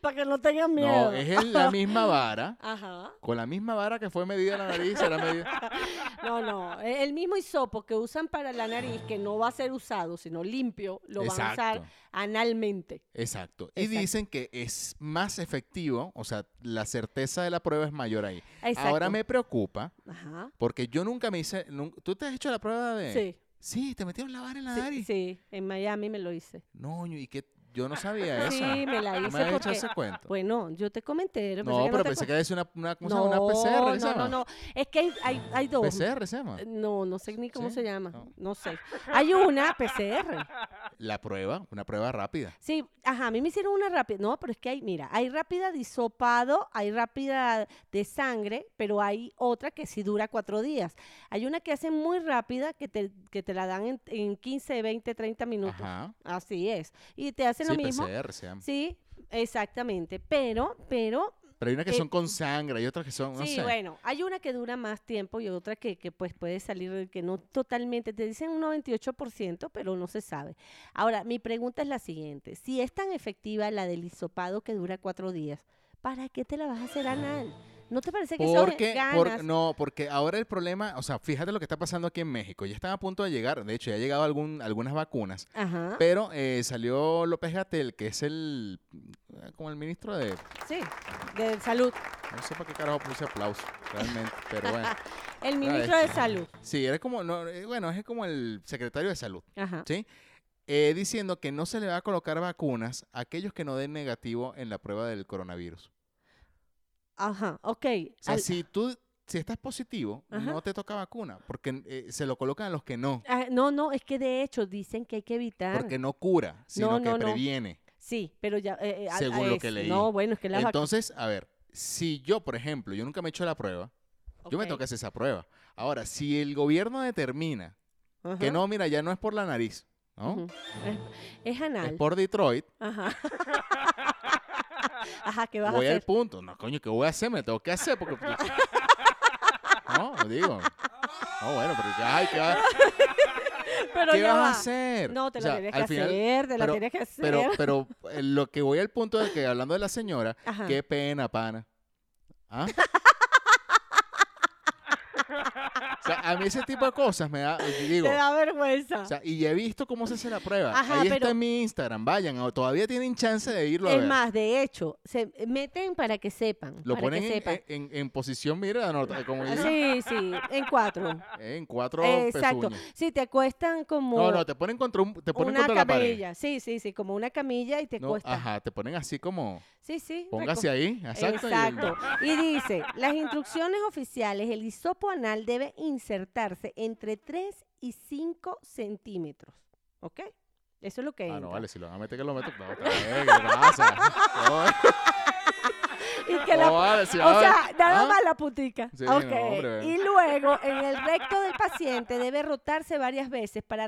Speaker 4: Para que no tengan miedo.
Speaker 3: No, es en la misma vara.
Speaker 4: Ajá.
Speaker 3: Con la misma vara que fue medida la nariz, será medida.
Speaker 4: No, no. e- El mismo hisopo que usan para la nariz, que no va a ser usado, sino limpio, lo van a usar
Speaker 3: Exacto.
Speaker 4: analmente.
Speaker 3: Exacto. Y
Speaker 4: Exacto.
Speaker 3: dicen que es más efectivo, o sea, la certeza de la prueba es mayor ahí.
Speaker 4: Exacto.
Speaker 3: Ahora me preocupa
Speaker 4: Ajá.
Speaker 3: porque yo nunca me hice... nun- ¿Tú te has hecho la prueba de...?
Speaker 4: Sí.
Speaker 3: Sí, te metieron la vara Eh. en la
Speaker 4: Sí,
Speaker 3: nariz.
Speaker 4: sí, en Miami me lo hice.
Speaker 3: No, ño, y que yo no sabía eso.
Speaker 4: Sí, me la
Speaker 3: No
Speaker 4: hice
Speaker 3: me habías hecho
Speaker 4: porque-
Speaker 3: ese cuento.
Speaker 4: Bueno, yo te comenté.
Speaker 3: no,
Speaker 4: Pero pensé que
Speaker 3: pero
Speaker 4: te
Speaker 3: pensé que
Speaker 4: acuer-
Speaker 3: era una, una, ¿cómo se
Speaker 4: no,
Speaker 3: llama? una PCR, ¿qué se
Speaker 4: no, no,
Speaker 3: llama?
Speaker 4: no. Es que hay, hay, hay dos.
Speaker 3: PCR se llama.
Speaker 4: No, no sé ni cómo
Speaker 3: ¿Sí?
Speaker 4: se llama.
Speaker 3: No.
Speaker 4: no sé. Hay una PCR.
Speaker 3: La prueba, una prueba rápida.
Speaker 4: Sí, ajá, a mí me hicieron una rápida. No, pero es que hay, mira, hay rápida de hisopado, hay rápida de sangre, pero hay otra que sí dura cuatro días. Hay una que hacen muy rápida que te, que te la dan en, en 15, 20, 30 minutos.
Speaker 3: Ajá.
Speaker 4: Así es. Y te hacen
Speaker 3: sí,
Speaker 4: lo mismo.
Speaker 3: PCR se llama.
Speaker 4: Sí, exactamente. Pero, pero,
Speaker 3: Pero hay unas que
Speaker 4: Eh,
Speaker 3: son con sangre, hay otras que son, no
Speaker 4: sí,
Speaker 3: sé.
Speaker 4: bueno, hay una que dura más tiempo y otra que, que pues puede salir que no totalmente, te dicen un 98%, pero no se sabe. Ahora, mi pregunta es la siguiente, si es tan efectiva la del hisopado que dura cuatro días, ¿para qué te la vas a hacer anal? ¿No te parece que eso
Speaker 3: Porque,
Speaker 4: ganas?
Speaker 3: por- no, porque ahora el problema, o sea, fíjate lo que está pasando aquí en México. Ya están a punto de llegar, de hecho, ya han llegado algún, algunas vacunas.
Speaker 4: Ajá,
Speaker 3: Pero eh, salió López Gatel, que es el. eh, como el ministro de.
Speaker 4: sí, de salud,
Speaker 3: No sé para qué carajo puse aplauso, realmente, pero bueno. Ah,
Speaker 4: el ministro
Speaker 3: este.
Speaker 4: de salud,
Speaker 3: Sí, era como. no, eh, bueno, es como el secretario de salud,
Speaker 4: ajá.
Speaker 3: ¿sí? Eh, diciendo que no se le va a colocar vacunas a aquellos que no den negativo en la prueba del coronavirus.
Speaker 4: Ajá, ok.
Speaker 3: O sea,
Speaker 4: al-
Speaker 3: si tú. Si estás positivo,
Speaker 4: Ajá.
Speaker 3: no te toca vacuna, porque eh, se lo colocan a los que no.
Speaker 4: ah, no, no, es que de hecho dicen que hay que evitar.
Speaker 3: Porque no cura, sino
Speaker 4: No,
Speaker 3: que
Speaker 4: no, no.
Speaker 3: previene.
Speaker 4: Sí, pero ya... eh, eh, a-
Speaker 3: Según
Speaker 4: a
Speaker 3: lo que
Speaker 4: es-
Speaker 3: leí.
Speaker 4: No, bueno, es que la vacu-
Speaker 3: Entonces, a ver, si yo, por ejemplo, yo nunca me he hecho la prueba, Yo me
Speaker 4: Ok.
Speaker 3: tengo que hacer esa prueba. Ahora, si el gobierno determina que
Speaker 4: Ajá.
Speaker 3: no, mira, ya no es por la nariz, ¿no?
Speaker 4: Ujú. Es, es
Speaker 3: Es
Speaker 4: anal.
Speaker 3: por Detroit,
Speaker 4: Ajá. Ajá, ¿qué vas
Speaker 3: voy
Speaker 4: a
Speaker 3: al
Speaker 4: hacer?
Speaker 3: punto. No, coño, ¿qué voy a hacer? Me tengo que hacer porque... no, digo. No, bueno, pero ay, ¿qué, va-
Speaker 4: Pero
Speaker 3: qué
Speaker 4: ya
Speaker 3: vas a
Speaker 4: va.
Speaker 3: hacer?
Speaker 4: No, te
Speaker 3: O
Speaker 4: la
Speaker 3: sea,
Speaker 4: tienes
Speaker 3: al
Speaker 4: que
Speaker 3: final-
Speaker 4: hacer, te la
Speaker 3: pero-
Speaker 4: tienes que hacer.
Speaker 3: Pero, pero eh, lo que voy al punto de que hablando de la señora,
Speaker 4: Ajá.
Speaker 3: qué pena, pana. ¿Ah? o sea, a mí ese tipo de cosas me da, eh, digo,
Speaker 4: Te da vergüenza.
Speaker 3: o sea, y ya he visto cómo se hace la prueba.
Speaker 4: Ajá,
Speaker 3: Ahí
Speaker 4: pero-
Speaker 3: está en mi Instagram, vayan, o todavía tienen chance de irlo a
Speaker 4: es
Speaker 3: ver.
Speaker 4: más, de hecho, se meten para que sepan.
Speaker 3: Lo
Speaker 4: para
Speaker 3: ponen
Speaker 4: que Ah,
Speaker 3: en, eh,
Speaker 4: sepan.
Speaker 3: en- en posición, mira, no, como dicen,
Speaker 4: Sí, sí, en cuatro.
Speaker 3: en cuatro
Speaker 4: Exacto.
Speaker 3: pezuñas.
Speaker 4: Sí, te acuestan como
Speaker 3: No, no, te ponen contra un, te ponen
Speaker 4: una
Speaker 3: contra la pared.
Speaker 4: camilla. Sí, sí, sí, como una camilla y te
Speaker 3: No,
Speaker 4: cuesta.
Speaker 3: ajá, te ponen así como,
Speaker 4: Sí, sí.
Speaker 3: póngase
Speaker 4: reco-
Speaker 3: ahí, exacto. y-
Speaker 4: Exacto. Y dice, las instrucciones oficiales, el hisopo anal debe insertarse entre 3 y 5 centímetros. ¿Ok? Eso es lo que
Speaker 3: Ah,
Speaker 4: entra.
Speaker 3: no, vale, si lo van a meter que lo meto. No, otra vez, ¿qué pasa? No,
Speaker 4: Y que la-
Speaker 3: no, vale, si van
Speaker 4: o
Speaker 3: a-
Speaker 4: sea, nada
Speaker 3: ¿Ah?
Speaker 4: más la putica.
Speaker 3: Sí,
Speaker 4: Ok.
Speaker 3: no, hombre.
Speaker 4: y luego, en el recto del paciente debe rotarse varias veces para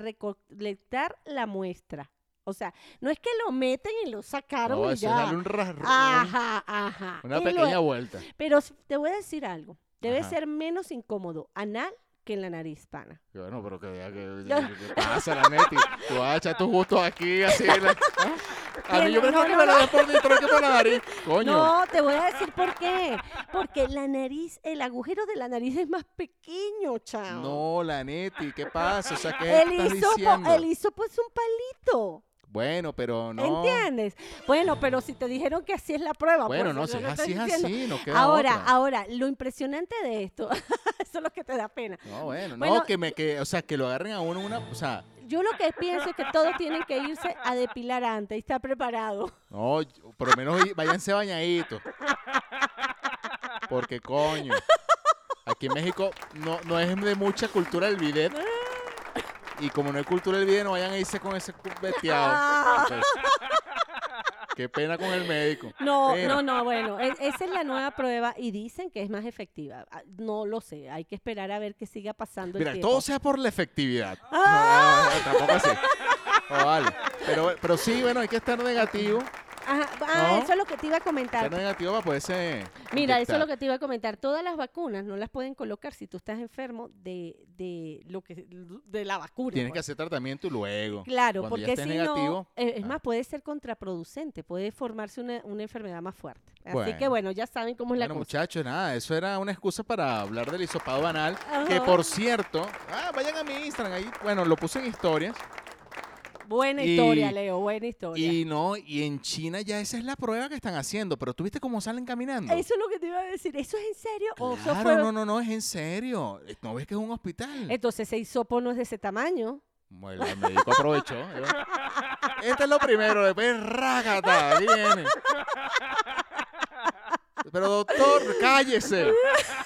Speaker 4: recolectar la muestra. O sea, no es que lo meten y lo sacaron
Speaker 3: No, eso
Speaker 4: y
Speaker 3: es
Speaker 4: ya.
Speaker 3: darle un ras- un-
Speaker 4: Ajá, ajá.
Speaker 3: una
Speaker 4: Y
Speaker 3: pequeña
Speaker 4: luego-
Speaker 3: vuelta.
Speaker 4: Pero s- te voy a decir algo. Debe
Speaker 3: Ajá.
Speaker 4: ser menos incómodo anal que en la nariz pana.
Speaker 3: Y Bueno, pero que, que, que- que pasa, la neti. Tú vas a echar tus gustos aquí, así. la- ¿Ah? A mí yo
Speaker 4: Tiene-
Speaker 3: prefiero
Speaker 4: no,
Speaker 3: que
Speaker 4: no,
Speaker 3: me lo
Speaker 4: no.
Speaker 3: den por dentro que por la nariz. Coño.
Speaker 4: No, te voy a decir por qué. Porque la nariz, el agujero de la nariz es más pequeño, chao.
Speaker 3: No, la neti, ¿qué pasa? O sea, ¿qué
Speaker 4: El
Speaker 3: estás
Speaker 4: hisopo,
Speaker 3: diciendo?
Speaker 4: el hisopo es un palito.
Speaker 3: Bueno, pero no.
Speaker 4: ¿Entiendes? Bueno, pero si te dijeron que así es la prueba.
Speaker 3: Bueno,
Speaker 4: pues,
Speaker 3: no,
Speaker 4: es
Speaker 3: si
Speaker 4: lo
Speaker 3: es
Speaker 4: que
Speaker 3: así, es
Speaker 4: estoy diciendo.
Speaker 3: así, no queda
Speaker 4: Ahora,
Speaker 3: otra.
Speaker 4: ahora, lo impresionante de esto, eso es lo que te da pena.
Speaker 3: No, bueno, no,
Speaker 4: Bueno,
Speaker 3: que me, que, o sea, que lo agarren a uno una, o sea,
Speaker 4: Yo lo que pienso es que todos tienen que irse a depilar antes y estar preparado.
Speaker 3: No, yo- por lo menos y- váyanse bañaditos. Porque coño. Aquí en México no, no es de mucha cultura el bidet. Y como no hay cultura del bidet, no vayan a irse con ese cu- veteado. Entonces, qué pena con el médico.
Speaker 4: No,
Speaker 3: Mira,
Speaker 4: no, no, bueno, e- esa es la nueva prueba y dicen que es más efectiva. Ah, No lo sé, hay que esperar a ver que siga pasando el
Speaker 3: Mira,
Speaker 4: tiempo. Ah.
Speaker 3: todo sea por la efectividad. No, no, no, tampoco así. No, vale. Pero, pero sí, bueno, hay que estar negativo.
Speaker 4: Ajá, ah,
Speaker 3: ¿No?
Speaker 4: eso es lo que te iba a
Speaker 3: Estar
Speaker 4: comentar.
Speaker 3: negativo para poderse.
Speaker 4: Mira, eso es lo
Speaker 3: inyectar.
Speaker 4: que te iba a comentar. Todas las vacunas no las pueden colocar si tú estás enfermo de, de lo que de la vacuna.
Speaker 3: Tienes que
Speaker 4: pues.
Speaker 3: hacer tratamiento y luego.
Speaker 4: Claro,
Speaker 3: cuando ya
Speaker 4: porque
Speaker 3: estés
Speaker 4: si
Speaker 3: negativo,
Speaker 4: no, eh, es
Speaker 3: ah.
Speaker 4: más, puede ser contraproducente, puede formarse una, una enfermedad más fuerte. Así que
Speaker 3: Bueno.
Speaker 4: bueno, ya saben cómo es la
Speaker 3: Bueno,
Speaker 4: cosa.
Speaker 3: muchachos, nada, eso era una excusa para hablar del hisopado banal.
Speaker 4: Ajá.
Speaker 3: Que por cierto, ah, vayan a mi Instagram, ahí, bueno, lo puse en historias.
Speaker 4: Buena
Speaker 3: y-
Speaker 4: historia, Leo, buena historia.
Speaker 3: Y no, y en China ya esa es la prueba que están haciendo, pero ¿tú viste cómo salen caminando?
Speaker 4: Eso es lo que te iba a decir. ¿Eso es en serio? ¿O eso
Speaker 3: Claro,
Speaker 4: fue- Eh.
Speaker 3: no, no, no, es en serio. eh, ¿No ves que es un hospital?
Speaker 4: Entonces ese hisopo no es de ese tamaño.
Speaker 3: Bueno, el médico aprovechó. ¿eh? Este es lo primero, después rágata, aquí viene. Pero doctor, cállese.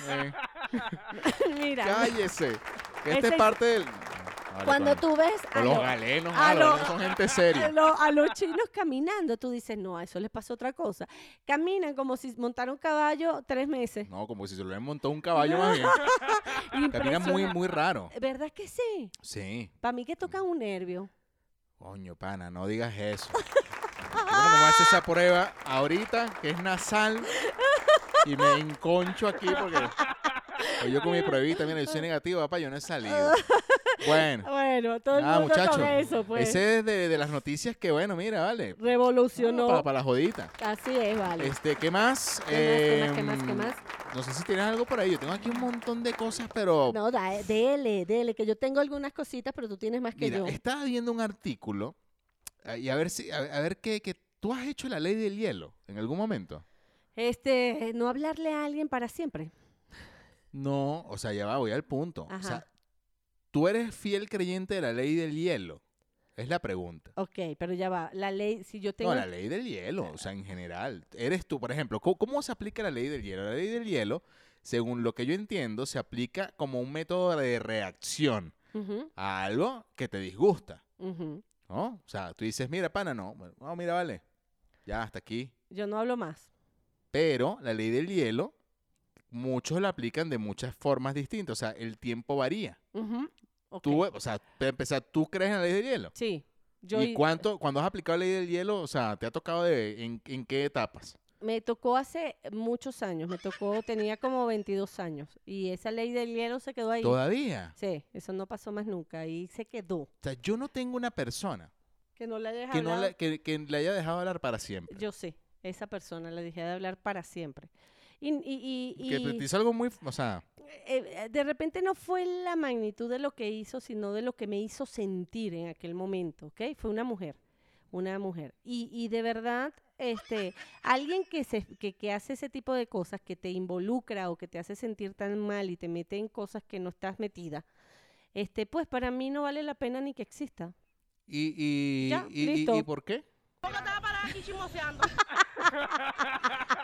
Speaker 3: Eh,
Speaker 4: Mira,
Speaker 3: cállese. Que esta
Speaker 4: Ese-
Speaker 3: es parte del... Vale,
Speaker 4: cuando
Speaker 3: coño.
Speaker 4: tú ves
Speaker 3: O
Speaker 4: a,
Speaker 3: los
Speaker 4: lo-
Speaker 3: galenos,
Speaker 4: a
Speaker 3: ah, los
Speaker 4: lo-
Speaker 3: galenos son gente seria.
Speaker 4: a lo- a los chinos caminando, tú dices, no, a eso les pasó otra cosa. Caminan como si montaron caballo tres meses.
Speaker 3: No, como si se lo hubieran montado un caballo más bien. Camina Ah, muy,
Speaker 4: Impresiona-
Speaker 3: muy raro.
Speaker 4: ¿Verdad que sí?
Speaker 3: Sí.
Speaker 4: Para mí que tocan un nervio.
Speaker 3: Coño, pana, no digas eso. Yo cuando me hace esa prueba ahorita, que es nasal, y me enconcho aquí porque... Hoy yo con mi pruebita, mira, yo soy negativo, papá, yo no he salido. Bueno.
Speaker 4: Bueno, todo el
Speaker 3: Nada,
Speaker 4: mundo
Speaker 3: muchachos.
Speaker 4: con eso, pues.
Speaker 3: Ese es de, de las noticias que, bueno, mira, vale.
Speaker 4: Revolucionó.
Speaker 3: Ah, Para, para la jodita.
Speaker 4: Así es, vale.
Speaker 3: Este, ¿qué más?
Speaker 4: ¿Qué más, qué más, qué más, qué
Speaker 3: Em, No sé si tienes algo por ahí. Yo tengo aquí un montón de cosas, pero
Speaker 4: No, da- dele, dele, que yo tengo algunas cositas, pero tú tienes más que
Speaker 3: mira,
Speaker 4: yo.
Speaker 3: estaba viendo un artículo eh, y a ver si, a, a ver qué, qué- tú has hecho la ley del hielo en algún momento.
Speaker 4: Este, no hablarle a alguien para siempre.
Speaker 3: No, o sea, ya va, voy al punto. O sea,
Speaker 4: Ajá.
Speaker 3: tú eres fiel creyente de la ley del hielo. Es la pregunta.
Speaker 4: Ok, pero ya va. La ley, si yo tengo.
Speaker 3: No, la ley del hielo, o sea, en general. Eres tú, por ejemplo, ¿cómo, cómo se aplica la ley del hielo? La ley del hielo, según lo que yo entiendo, se aplica como un método de reacción
Speaker 4: Ujú,
Speaker 3: a algo que te disgusta,
Speaker 4: ujú.
Speaker 3: ¿no? O sea, tú dices, mira, pana, no, Bueno, no, mira, vale, ya hasta aquí.
Speaker 4: Yo no hablo más.
Speaker 3: Pero la ley del hielo muchos la aplican de muchas formas distintas. O sea, el tiempo varía.
Speaker 4: Ujú, ok.
Speaker 3: Tú, o sea, para empezar, ¿tú crees en la ley del hielo?
Speaker 4: Sí. Yo
Speaker 3: ¿Y
Speaker 4: y-
Speaker 3: cuánto, cuando has aplicado la ley del hielo, o sea, te ha tocado de, en, en qué etapas?
Speaker 4: Me tocó hace muchos años, me tocó, tenía como 22 años y esa ley del hielo se quedó ahí.
Speaker 3: Todavía.
Speaker 4: Sí, eso no pasó más nunca, ahí se quedó.
Speaker 3: O sea, yo no tengo una persona
Speaker 4: Que no la hayas
Speaker 3: que, no
Speaker 4: hablado,
Speaker 3: la- que, que le haya dejado hablar para siempre.
Speaker 4: Yo sí, esa persona la dejé de hablar para siempre. Y, y- y-
Speaker 3: Que
Speaker 4: y,
Speaker 3: te hizo algo muy, o sea,
Speaker 4: eh, eh, de repente no fue la magnitud de lo que hizo, sino de lo que me hizo sentir en aquel momento, ¿ok? Fue una mujer, una mujer. Y, y de verdad, este, alguien que, se, que, que hace ese tipo de cosas, que te involucra o que te hace sentir tan mal y te mete en cosas que no estás metida, este, pues para mí no vale la pena ni que exista.
Speaker 3: y, y,
Speaker 4: Ya,
Speaker 3: y- y-
Speaker 4: listo.
Speaker 3: ¿y por qué?
Speaker 2: aquí chismoseando.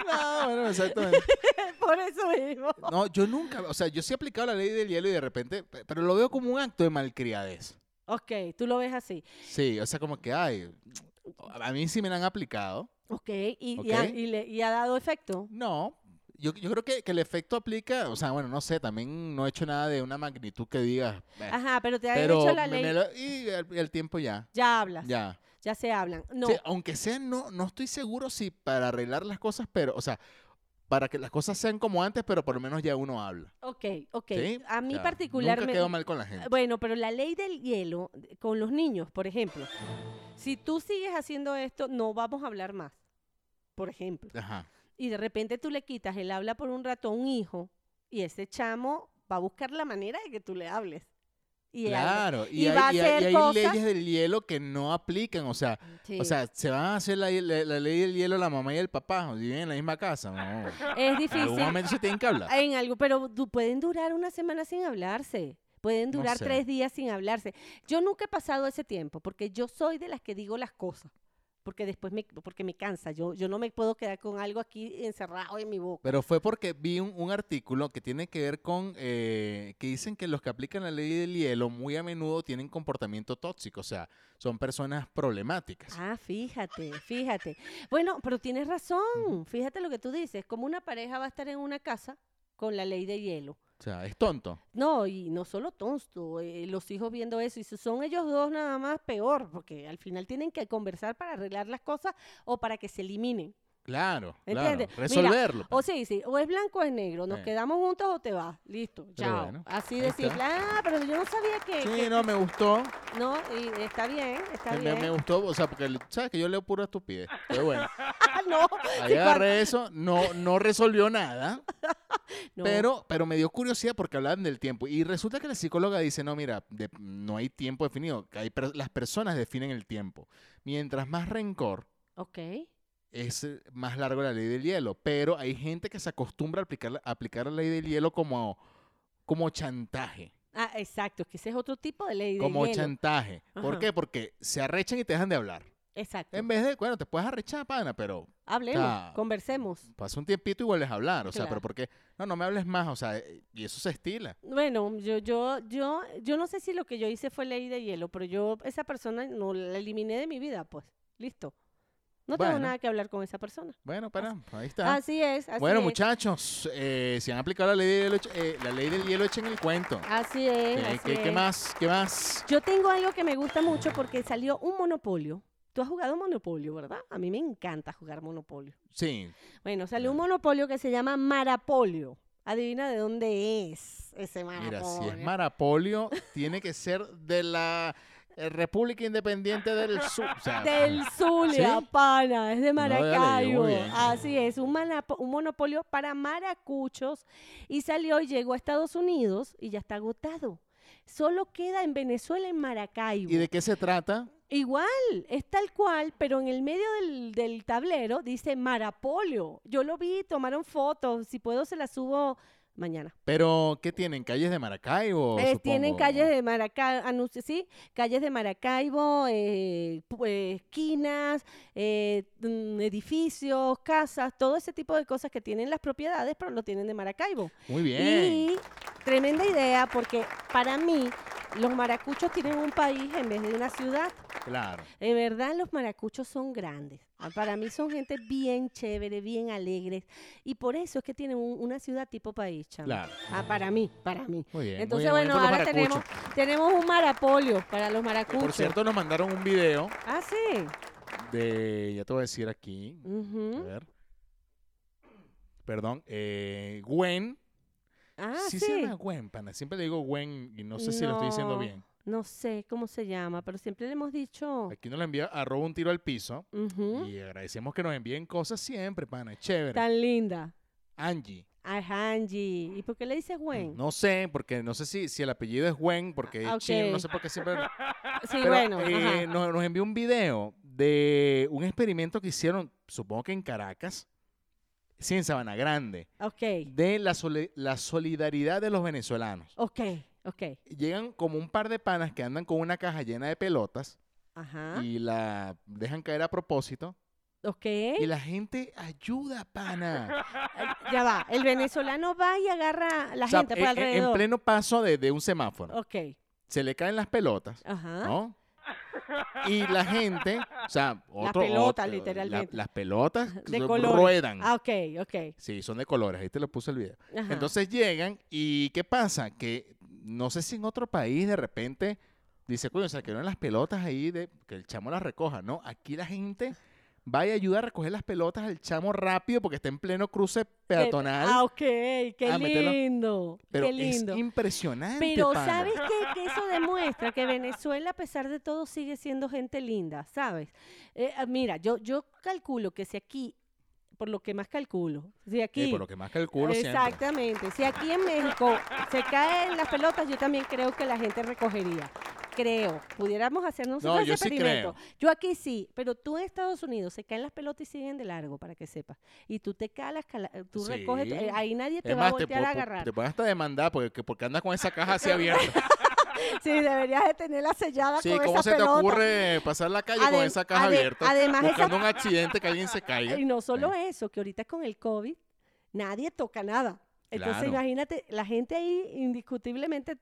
Speaker 3: No, bueno, exactamente.
Speaker 4: Por eso mismo.
Speaker 3: No, yo nunca, o sea, yo sí he aplicado la ley del hielo y de repente, pe- pero lo veo como un acto de malcriadez.
Speaker 4: Ok, tú lo ves así.
Speaker 3: Sí, o sea, como que, ay, a mí sí me la han aplicado.
Speaker 4: Ok, y, y ha,
Speaker 3: Ok.
Speaker 4: y le- y ha dado efecto.
Speaker 3: No, yo, yo creo que, que el efecto aplica, o sea, bueno, no sé, también no he hecho nada de una magnitud que diga, "Eh",
Speaker 4: Ajá, pero te ha
Speaker 3: pero
Speaker 4: hecho la
Speaker 3: me-
Speaker 4: ley.
Speaker 3: me lo- y el, el tiempo ya,
Speaker 4: Ya hablas, ya.
Speaker 3: ya.
Speaker 4: se hablan. No,
Speaker 3: Sí, aunque sea, no, no estoy seguro si para arreglar las cosas, pero, o sea, para que las cosas sean como antes, pero por lo menos ya uno habla.
Speaker 4: Ok, ok.
Speaker 3: ¿sí?
Speaker 4: A
Speaker 3: O
Speaker 4: mí
Speaker 3: sea, Nunca
Speaker 4: particularmente.
Speaker 3: quedo mal con la gente.
Speaker 4: Bueno, pero la ley del hielo eh, con los niños, por ejemplo. Si tú sigues haciendo esto, no vamos a hablar más. Por ejemplo.
Speaker 3: Ajá.
Speaker 4: Y de repente tú le quitas el habla por un rato a un hijo y ese chamo va a buscar la manera de que tú le hables. Y él habla.
Speaker 3: Claro,
Speaker 4: y
Speaker 3: y, hay,
Speaker 4: va a
Speaker 3: y hay- y
Speaker 4: hacer
Speaker 3: hay
Speaker 4: cosas-
Speaker 3: leyes del hielo que no aplican, o sea,
Speaker 4: Sí.
Speaker 3: o sea, se van a hacer la, la- la ley del hielo la mamá y el papá, o si viven en la misma casa, no.
Speaker 4: es
Speaker 3: En algún
Speaker 4: difícil.
Speaker 3: momento se tienen que hablar.
Speaker 4: En algo, pero du- pueden durar una semana sin hablarse. Pueden
Speaker 3: No
Speaker 4: durar
Speaker 3: sé.
Speaker 4: tres días sin hablarse. Yo nunca he pasado ese tiempo porque yo soy de las que digo las cosas. Porque después me, porque me cansa. Yo, yo no me puedo quedar con algo aquí encerrado en mi boca.
Speaker 3: Pero fue porque vi un, un artículo que tiene que ver con eh, que dicen que los que aplican la ley del hielo muy a menudo tienen comportamiento tóxico, o sea, son personas problemáticas.
Speaker 4: Ah, fíjate, fíjate. Bueno, pero tienes razón. Fíjate lo que tú dices. Como una pareja va a estar en una casa con la ley de hielo.
Speaker 3: O sea, es tonto.
Speaker 4: No, y no solo tonto, eh, los hijos viendo eso, y si son ellos dos nada más, peor, porque al final tienen que conversar para arreglar las cosas o para que se eliminen.
Speaker 3: Claro,
Speaker 4: ¿Entiendes?
Speaker 3: claro.
Speaker 4: Mira,
Speaker 3: Resolverlo.
Speaker 4: O sí, sí, o es blanco o es negro, nos
Speaker 3: Sí.
Speaker 4: quedamos juntos o te vas, listo,
Speaker 3: Pero
Speaker 4: chao.
Speaker 3: bueno,
Speaker 4: Así
Speaker 3: ahí
Speaker 4: de
Speaker 3: está.
Speaker 4: simple, ah, pero yo no sabía que...
Speaker 3: sí,
Speaker 4: que-
Speaker 3: no, me gustó.
Speaker 4: no, y está bien, está
Speaker 3: Me,
Speaker 4: bien.
Speaker 3: me gustó, o sea, porque sabes que yo leo pura estupidez. Pero bueno.
Speaker 4: Ah, no,
Speaker 3: Ahí
Speaker 4: sí, cuando-
Speaker 3: agarré eso, no, no resolvió nada,
Speaker 4: no.
Speaker 3: pero, pero me dio curiosidad porque hablaban del tiempo. Y resulta que la psicóloga dice, no, mira, de- no hay tiempo definido, que hay per- las personas definen el tiempo. Mientras más rencor,
Speaker 4: Ok,
Speaker 3: es eh, más largo la ley del hielo, pero hay gente que se acostumbra a aplicar, la- a aplicar la ley del hielo como, como chantaje.
Speaker 4: ah, exacto, es que ese es otro tipo de ley de
Speaker 3: Como
Speaker 4: hielo.
Speaker 3: chantaje. ¿Por
Speaker 4: Ajá.
Speaker 3: qué? Porque se arrechan y te dejan de hablar.
Speaker 4: Exacto,
Speaker 3: En vez de, bueno, te puedes arrechar, pana, pero
Speaker 4: hablemos,
Speaker 3: sea,
Speaker 4: conversemos.
Speaker 3: pasa un tiempito y vuelves a hablar. O sea,
Speaker 4: Claro.
Speaker 3: pero porque, no, no me hables más. O sea, eh, y eso se estila.
Speaker 4: Bueno, yo, yo, yo, yo no sé si lo que yo hice fue ley de hielo, pero yo esa persona no la eliminé de mi vida, pues, listo. No
Speaker 3: Bueno.
Speaker 4: tengo nada que hablar con esa persona.
Speaker 3: Bueno, para, ahí está.
Speaker 4: Así es, así
Speaker 3: bueno,
Speaker 4: es.
Speaker 3: muchachos, eh, si han aplicado la ley del hielo, eche- eh, la ley del hielo echen el cuento.
Speaker 4: Así es,
Speaker 3: Eh,
Speaker 4: así
Speaker 3: ¿qué, qué
Speaker 4: es.
Speaker 3: más? ¿Qué más?
Speaker 4: Yo tengo algo que me gusta mucho porque salió un monopolio. Tú has jugado monopolio, ¿verdad? A mí me encanta jugar monopolio.
Speaker 3: Sí,
Speaker 4: Bueno, salió un monopolio que se llama Marapolio. Adivina de dónde es ese
Speaker 3: mira,
Speaker 4: Marapolio.
Speaker 3: si es Marapolio, tiene que ser de la eh, República Independiente del Sur. O sea,
Speaker 4: Del Zulia,
Speaker 3: Ah, ¿Sí?
Speaker 4: pana, es de
Speaker 3: No, dale,
Speaker 4: Maracaibo.
Speaker 3: muy bien.
Speaker 4: Así es, un, manapo- un monopolio para maracuchos y salió y llegó a Estados Unidos y ya está agotado. Solo queda en Venezuela, en Maracaibo.
Speaker 3: ¿Y de qué se trata?
Speaker 4: Igual, es tal cual, pero en el medio del, del tablero dice Marapolio. Yo lo vi, tomaron fotos, si puedo se las subo mañana.
Speaker 3: Pero, ¿qué tienen? ¿Calles de Maracaibo?
Speaker 4: Eh, tienen
Speaker 3: supongo?
Speaker 4: calles de Maracaibo, sí, calles de Maracaibo, eh, pu- eh, esquinas, eh, mm, edificios, casas, todo ese tipo de cosas que tienen las propiedades, pero lo tienen de Maracaibo.
Speaker 3: Muy bien.
Speaker 4: Y tremenda idea, porque para mí los maracuchos tienen un país en vez de una ciudad.
Speaker 3: Claro.
Speaker 4: En verdad, los maracuchos son grandes. Ah, Para mí son gente bien chévere, bien alegres. Y por eso es que tienen un- una ciudad tipo país, chamo.
Speaker 3: Claro.
Speaker 4: Ah, para mí, para mí.
Speaker 3: Muy bien, muy
Speaker 4: Entonces,
Speaker 3: bien, muy bien
Speaker 4: bueno,
Speaker 3: por los
Speaker 4: ahora tenemos, tenemos un marapolio para los maracuchos.
Speaker 3: Por cierto, nos mandaron un video
Speaker 4: Ah, sí.
Speaker 3: de, ya te voy a decir aquí,
Speaker 4: Ujú.
Speaker 3: a ver. Perdón, eh, Gwen.
Speaker 4: Ah,
Speaker 3: sí,
Speaker 4: sí.
Speaker 3: se llama Gwen, pana. Siempre le digo Gwen y no sé si lo estoy diciendo
Speaker 4: No,
Speaker 3: bien.
Speaker 4: No sé cómo se llama, pero siempre le hemos dicho.
Speaker 3: Aquí nos la envía arroba un tiro al piso.
Speaker 4: Ujú.
Speaker 3: Y agradecemos que nos envíen cosas siempre, pana. Es chévere.
Speaker 4: Tan linda.
Speaker 3: Angie.
Speaker 4: Ay, Angie. ¿Y por qué le dices Gwen?
Speaker 3: No sé, porque no sé si, si el apellido es Gwen, porque es
Speaker 4: Ah,
Speaker 3: chino, no
Speaker 4: ok.
Speaker 3: sé por qué siempre.
Speaker 4: sí,
Speaker 3: Pero,
Speaker 4: bueno.
Speaker 3: eh,
Speaker 4: ajá.
Speaker 3: nos, nos envió un video de un experimento que hicieron, supongo que en Caracas, sí, en Sabana Grande,
Speaker 4: Ok,
Speaker 3: de la, sole- la solidaridad de los venezolanos.
Speaker 4: ok, ok.
Speaker 3: Llegan como un par de panas que andan con una caja llena de pelotas
Speaker 4: Ajá.
Speaker 3: y la dejan caer a propósito.
Speaker 4: Ok.
Speaker 3: Y la gente ayuda, pana.
Speaker 4: Eh, Ya va. El venezolano va y agarra a la
Speaker 3: O sea, e, eh,
Speaker 4: gente
Speaker 3: en-
Speaker 4: por
Speaker 3: en, en
Speaker 4: alrededor. Oh.
Speaker 3: pleno paso de, de un semáforo.
Speaker 4: Ok.
Speaker 3: Se le caen las pelotas.
Speaker 4: Ajá.
Speaker 3: ¿no? Y la gente, o sea, otro-
Speaker 4: pelota,
Speaker 3: otro- la-
Speaker 4: literalmente.
Speaker 3: las pelotas
Speaker 4: De
Speaker 3: ru-
Speaker 4: colores.
Speaker 3: ruedan.
Speaker 4: Ah, ok, ok.
Speaker 3: Sí, son de colores, ahí te lo puse el video.
Speaker 4: Ajá.
Speaker 3: Entonces llegan y ¿qué pasa? Que no sé si en otro país de repente dice, coño, se quedaron las pelotas ahí de que el chamo las recoja, ¿no? Aquí la gente va y ayuda a recoger las pelotas al chamo rápido porque está en pleno cruce
Speaker 4: Pe-
Speaker 3: peatonal.
Speaker 4: Ah, ok. Qué
Speaker 3: Ah, mételo.
Speaker 4: lindo.
Speaker 3: pero
Speaker 4: qué lindo.
Speaker 3: es impresionante.
Speaker 4: Pero
Speaker 3: pana. Eh,
Speaker 4: ¿sabes qué? Que eso demuestra que Venezuela, a pesar de todo, sigue siendo gente linda, ¿sabes? Eh, ah, mira, yo, yo calculo que si aquí, por lo que más calculo, si aquí...
Speaker 3: Eh, por lo que más calculo siempre.
Speaker 4: exactamente, si aquí en México se caen las pelotas, yo también creo que la gente recogería. Creo, pudiéramos hacer nosotros
Speaker 3: yo
Speaker 4: ese
Speaker 3: sí
Speaker 4: experimento. Yo aquí sí, pero tú en Estados Unidos se caen las pelotas y siguen de largo, para que sepas. Y tú te calas, cala- tú
Speaker 3: Sí.
Speaker 4: recoges, eh, ahí nadie te
Speaker 3: Es
Speaker 4: va
Speaker 3: más,
Speaker 4: a
Speaker 3: te,
Speaker 4: voltear a
Speaker 3: po- po-
Speaker 4: agarrar.
Speaker 3: te pueden hasta demandar porque, porque andas con esa caja así abierta.
Speaker 4: Sí, deberías de tenerla sellada
Speaker 3: Sí,
Speaker 4: con
Speaker 3: ¿cómo
Speaker 4: esa
Speaker 3: se te
Speaker 4: pelota.
Speaker 3: ocurre pasar la calle con
Speaker 4: Adem-
Speaker 3: esa caja
Speaker 4: ade-
Speaker 3: abierta?
Speaker 4: además esa-
Speaker 3: buscando un accidente que alguien se caiga.
Speaker 4: Y no solo eso, que ahorita con el COVID nadie toca nada. Entonces
Speaker 3: Claro. este Eh. eh, eh, eh, mm,
Speaker 4: este,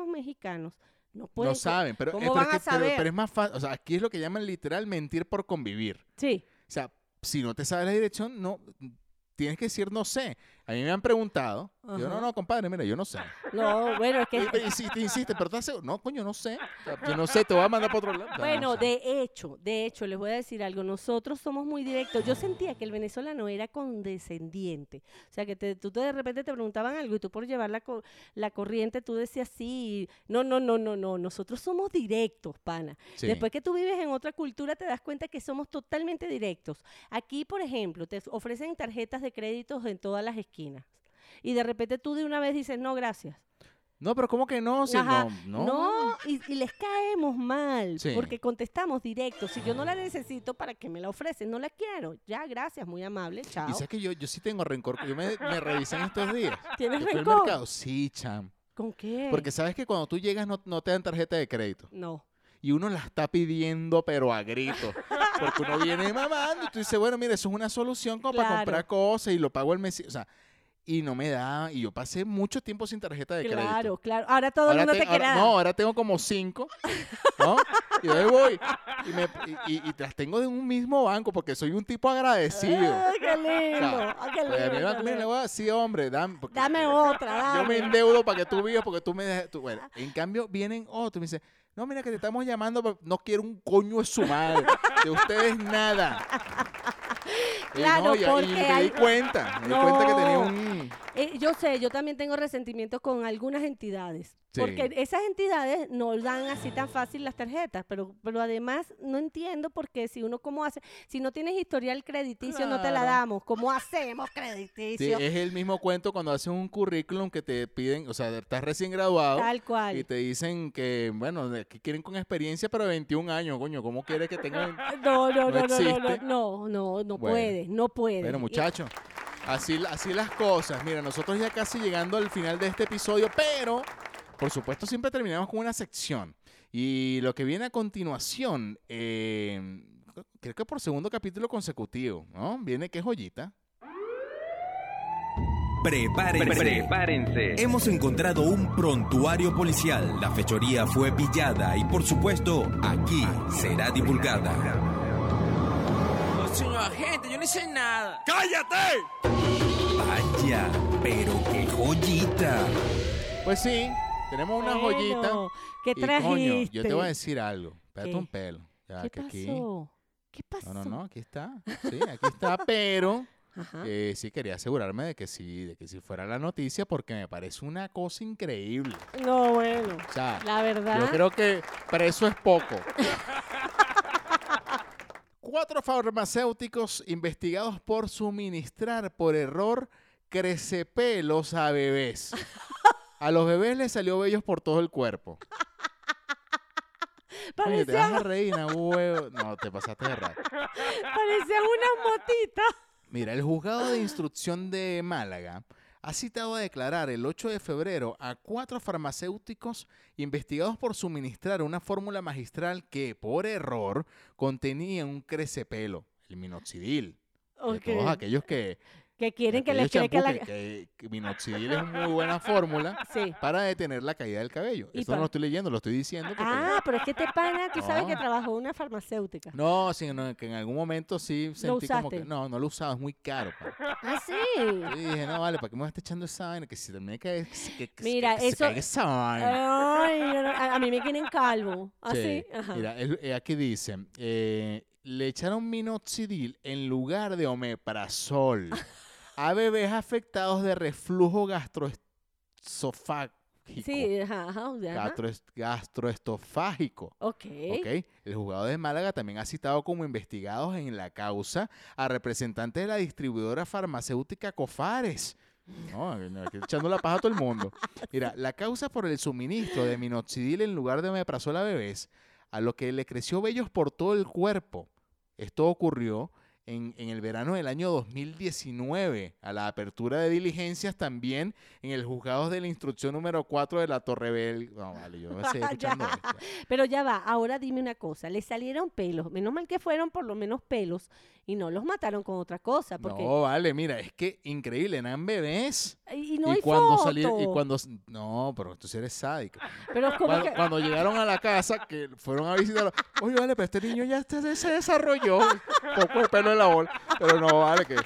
Speaker 3: eh, y uno la está pidiendo, pero a grito. Porque uno viene
Speaker 4: ah, Ah, pues,
Speaker 3: mamando y tú dices, bueno, mira, eso es una solución como para
Speaker 4: Claro.
Speaker 3: comprar cosas y lo pago el mes. O sea, y no me da. Y yo pasé mucho tiempo sin tarjeta de crédito.
Speaker 4: Claro, claro. Ahora todo
Speaker 3: Ahora
Speaker 4: el mundo te,
Speaker 3: te-
Speaker 4: quiere
Speaker 3: ahora-
Speaker 4: dar.
Speaker 3: no, ahora tengo como cinco, ¿no? Y ahí voy. Y, me- y- y- y las tengo de un mismo banco porque soy un tipo agradecido.
Speaker 4: Ay, Ah, qué lindo,
Speaker 3: Claro.
Speaker 4: ay, qué
Speaker 3: Pues a mi
Speaker 4: lindo.
Speaker 3: banco, mira, le voy a decir, hombre, dame. porque eh,
Speaker 4: Dame otra, dame.
Speaker 3: Yo me endeudo para que tú vivas porque tú me dejes. tú- bueno, en cambio, vienen otros y me dicen, no, mira que te estamos llamando, pero no quiero un coño de su madre. De ustedes nada. Y
Speaker 4: Claro,
Speaker 3: no, y, y
Speaker 4: porque
Speaker 3: me
Speaker 4: hay-
Speaker 3: di cuenta. Me di cuenta que tenía
Speaker 4: No.
Speaker 3: un.
Speaker 4: Eh, yo sé, yo también tengo resentimientos con algunas entidades.
Speaker 3: Sí.
Speaker 4: Porque esas entidades no dan así tan fácil las tarjetas, pero, pero además no entiendo por qué si uno cómo hace, si no tienes historial crediticio no te la
Speaker 3: Claro.
Speaker 4: damos, ¿cómo hacemos
Speaker 3: Sí,
Speaker 4: crediticio?
Speaker 3: es el mismo cuento cuando haces un currículum que te piden, o sea, estás recién graduado.
Speaker 4: Tal cual.
Speaker 3: Y te dicen que, bueno, de- que quieren con experiencia, pero de 21 años, coño, ¿cómo quieres que tengan?
Speaker 4: No,
Speaker 3: No
Speaker 4: no, no, no, no, no,
Speaker 3: existe.
Speaker 4: no, no, no
Speaker 3: Bueno.
Speaker 4: puedes, no puedes.
Speaker 3: Bueno,
Speaker 4: Y-
Speaker 3: muchachos, así, la- así las cosas. Mira, nosotros ya casi llegando al final de este episodio, pero, por supuesto, siempre terminamos con una sección. Y lo que viene a continuación, eh, creo que por segundo capítulo consecutivo, ¿no? Viene que joyita.
Speaker 6: Prepárense.
Speaker 7: Prepárense.
Speaker 6: Hemos encontrado un prontuario policial. La fechoría fue pillada y, por supuesto, aquí será divulgada.
Speaker 8: Señor agente, yo no hice nada.
Speaker 6: ¡Cállate! Vaya, pero qué joyita.
Speaker 3: Pues sí, tenemos una joyita.
Speaker 4: Bueno, ¿Qué
Speaker 3: Y, coño,
Speaker 4: trajiste?
Speaker 3: yo te voy a decir algo. Espérate
Speaker 4: ¿Qué?
Speaker 3: un pelo. Ya,
Speaker 4: ¿Qué
Speaker 3: que aquí-
Speaker 4: pasó? ¿Qué pasó?
Speaker 3: No, no, no, aquí está. Sí, aquí está, pero
Speaker 4: Ajá.
Speaker 3: eh, sí quería asegurarme de que sí, de que sí fuera la noticia porque me parece una cosa increíble.
Speaker 4: No, bueno,
Speaker 3: O sea,
Speaker 4: la verdad.
Speaker 3: yo creo que para eso es poco. Cuatro farmacéuticos investigados por suministrar por error crecepelos a bebés. A los bebés les salió vellos por todo el cuerpo. Coño, te
Speaker 4: parecían,
Speaker 3: vas a reír, na huevo. No, te pasaste de rato.
Speaker 4: parecían unas motitas.
Speaker 3: Mira, el juzgado de instrucción de Málaga ha citado a declarar el 8 de febrero a cuatro farmacéuticos investigados por suministrar una fórmula magistral que, por error, contenía un crecepelo, el minoxidil. De
Speaker 4: Ok.
Speaker 3: Todos aquellos que,
Speaker 4: Que quieren que les
Speaker 3: aquellos
Speaker 4: crezca la...
Speaker 3: champús que- que- que minoxidil es una muy buena fórmula
Speaker 4: Sí.
Speaker 3: para detener la caída del cabello.
Speaker 4: Y
Speaker 3: Esto no
Speaker 4: para-
Speaker 3: lo estoy leyendo, lo estoy diciendo. porque-
Speaker 4: Ah, pero es que este pana, tú sabes que
Speaker 3: No.
Speaker 4: trabajó en una farmacéutica.
Speaker 3: No, sino que en algún momento sí sentí como que
Speaker 4: usaste?
Speaker 3: no, no lo usaba, es muy caro. pana.
Speaker 4: Ah, sí.
Speaker 3: Yo dije, no, vale, ¿para qué me vas a estar echando esa vaina? Que si termina que, que, que- que-
Speaker 4: Mira,
Speaker 3: que se
Speaker 4: eso- Ah,
Speaker 3: caiga esa vaina.
Speaker 4: Ay, yo no- a, a mí me quieren calvo. Así.
Speaker 3: Sí,
Speaker 4: ah, Ajá.
Speaker 3: Mira, el- eh, aquí dice, eh, le echaron minoxidil en lugar de omeprazol a bebés afectados de reflujo gastroesofágico.
Speaker 4: Sí, ajá, ajá, o sea, ajá.
Speaker 3: gastroes- gastroesofágico.
Speaker 4: Ok.
Speaker 3: ¿ok? El juzgado de Málaga también ha citado como investigados en la causa a representantes de la distribuidora farmacéutica Cofares. No, no, aquí echando la paja a todo el mundo. Mira, la causa por el suministro de minoxidil en lugar de omeprazol a bebés, a lo que le creció vellos por todo el cuerpo. Esto ocurrió en, en el verano del año 2019, a la apertura de diligencias también en el juzgado de la instrucción número 4 de la Torre Bel. No, vale, yo me estoy
Speaker 4: Ya.
Speaker 3: escuchando esto.
Speaker 4: Pero ya va, ahora dime una cosa. Le salieron pelos. Menos mal que fueron por lo menos pelos y no los mataron con otra cosa. Porque...
Speaker 3: No, vale, mira, es que increíble, eran bebés.
Speaker 4: Y y no hay
Speaker 3: cuando
Speaker 4: foto.
Speaker 3: salí- y cuando s- no, pero tú sí eres sádico.
Speaker 4: Pero como
Speaker 3: Cuando,
Speaker 4: que...
Speaker 3: cuando llegaron a la casa, que fueron a visitarlo, oye, vale, pero este niño ya este- se desarrolló, poco de pelo en la bola, pero no vale que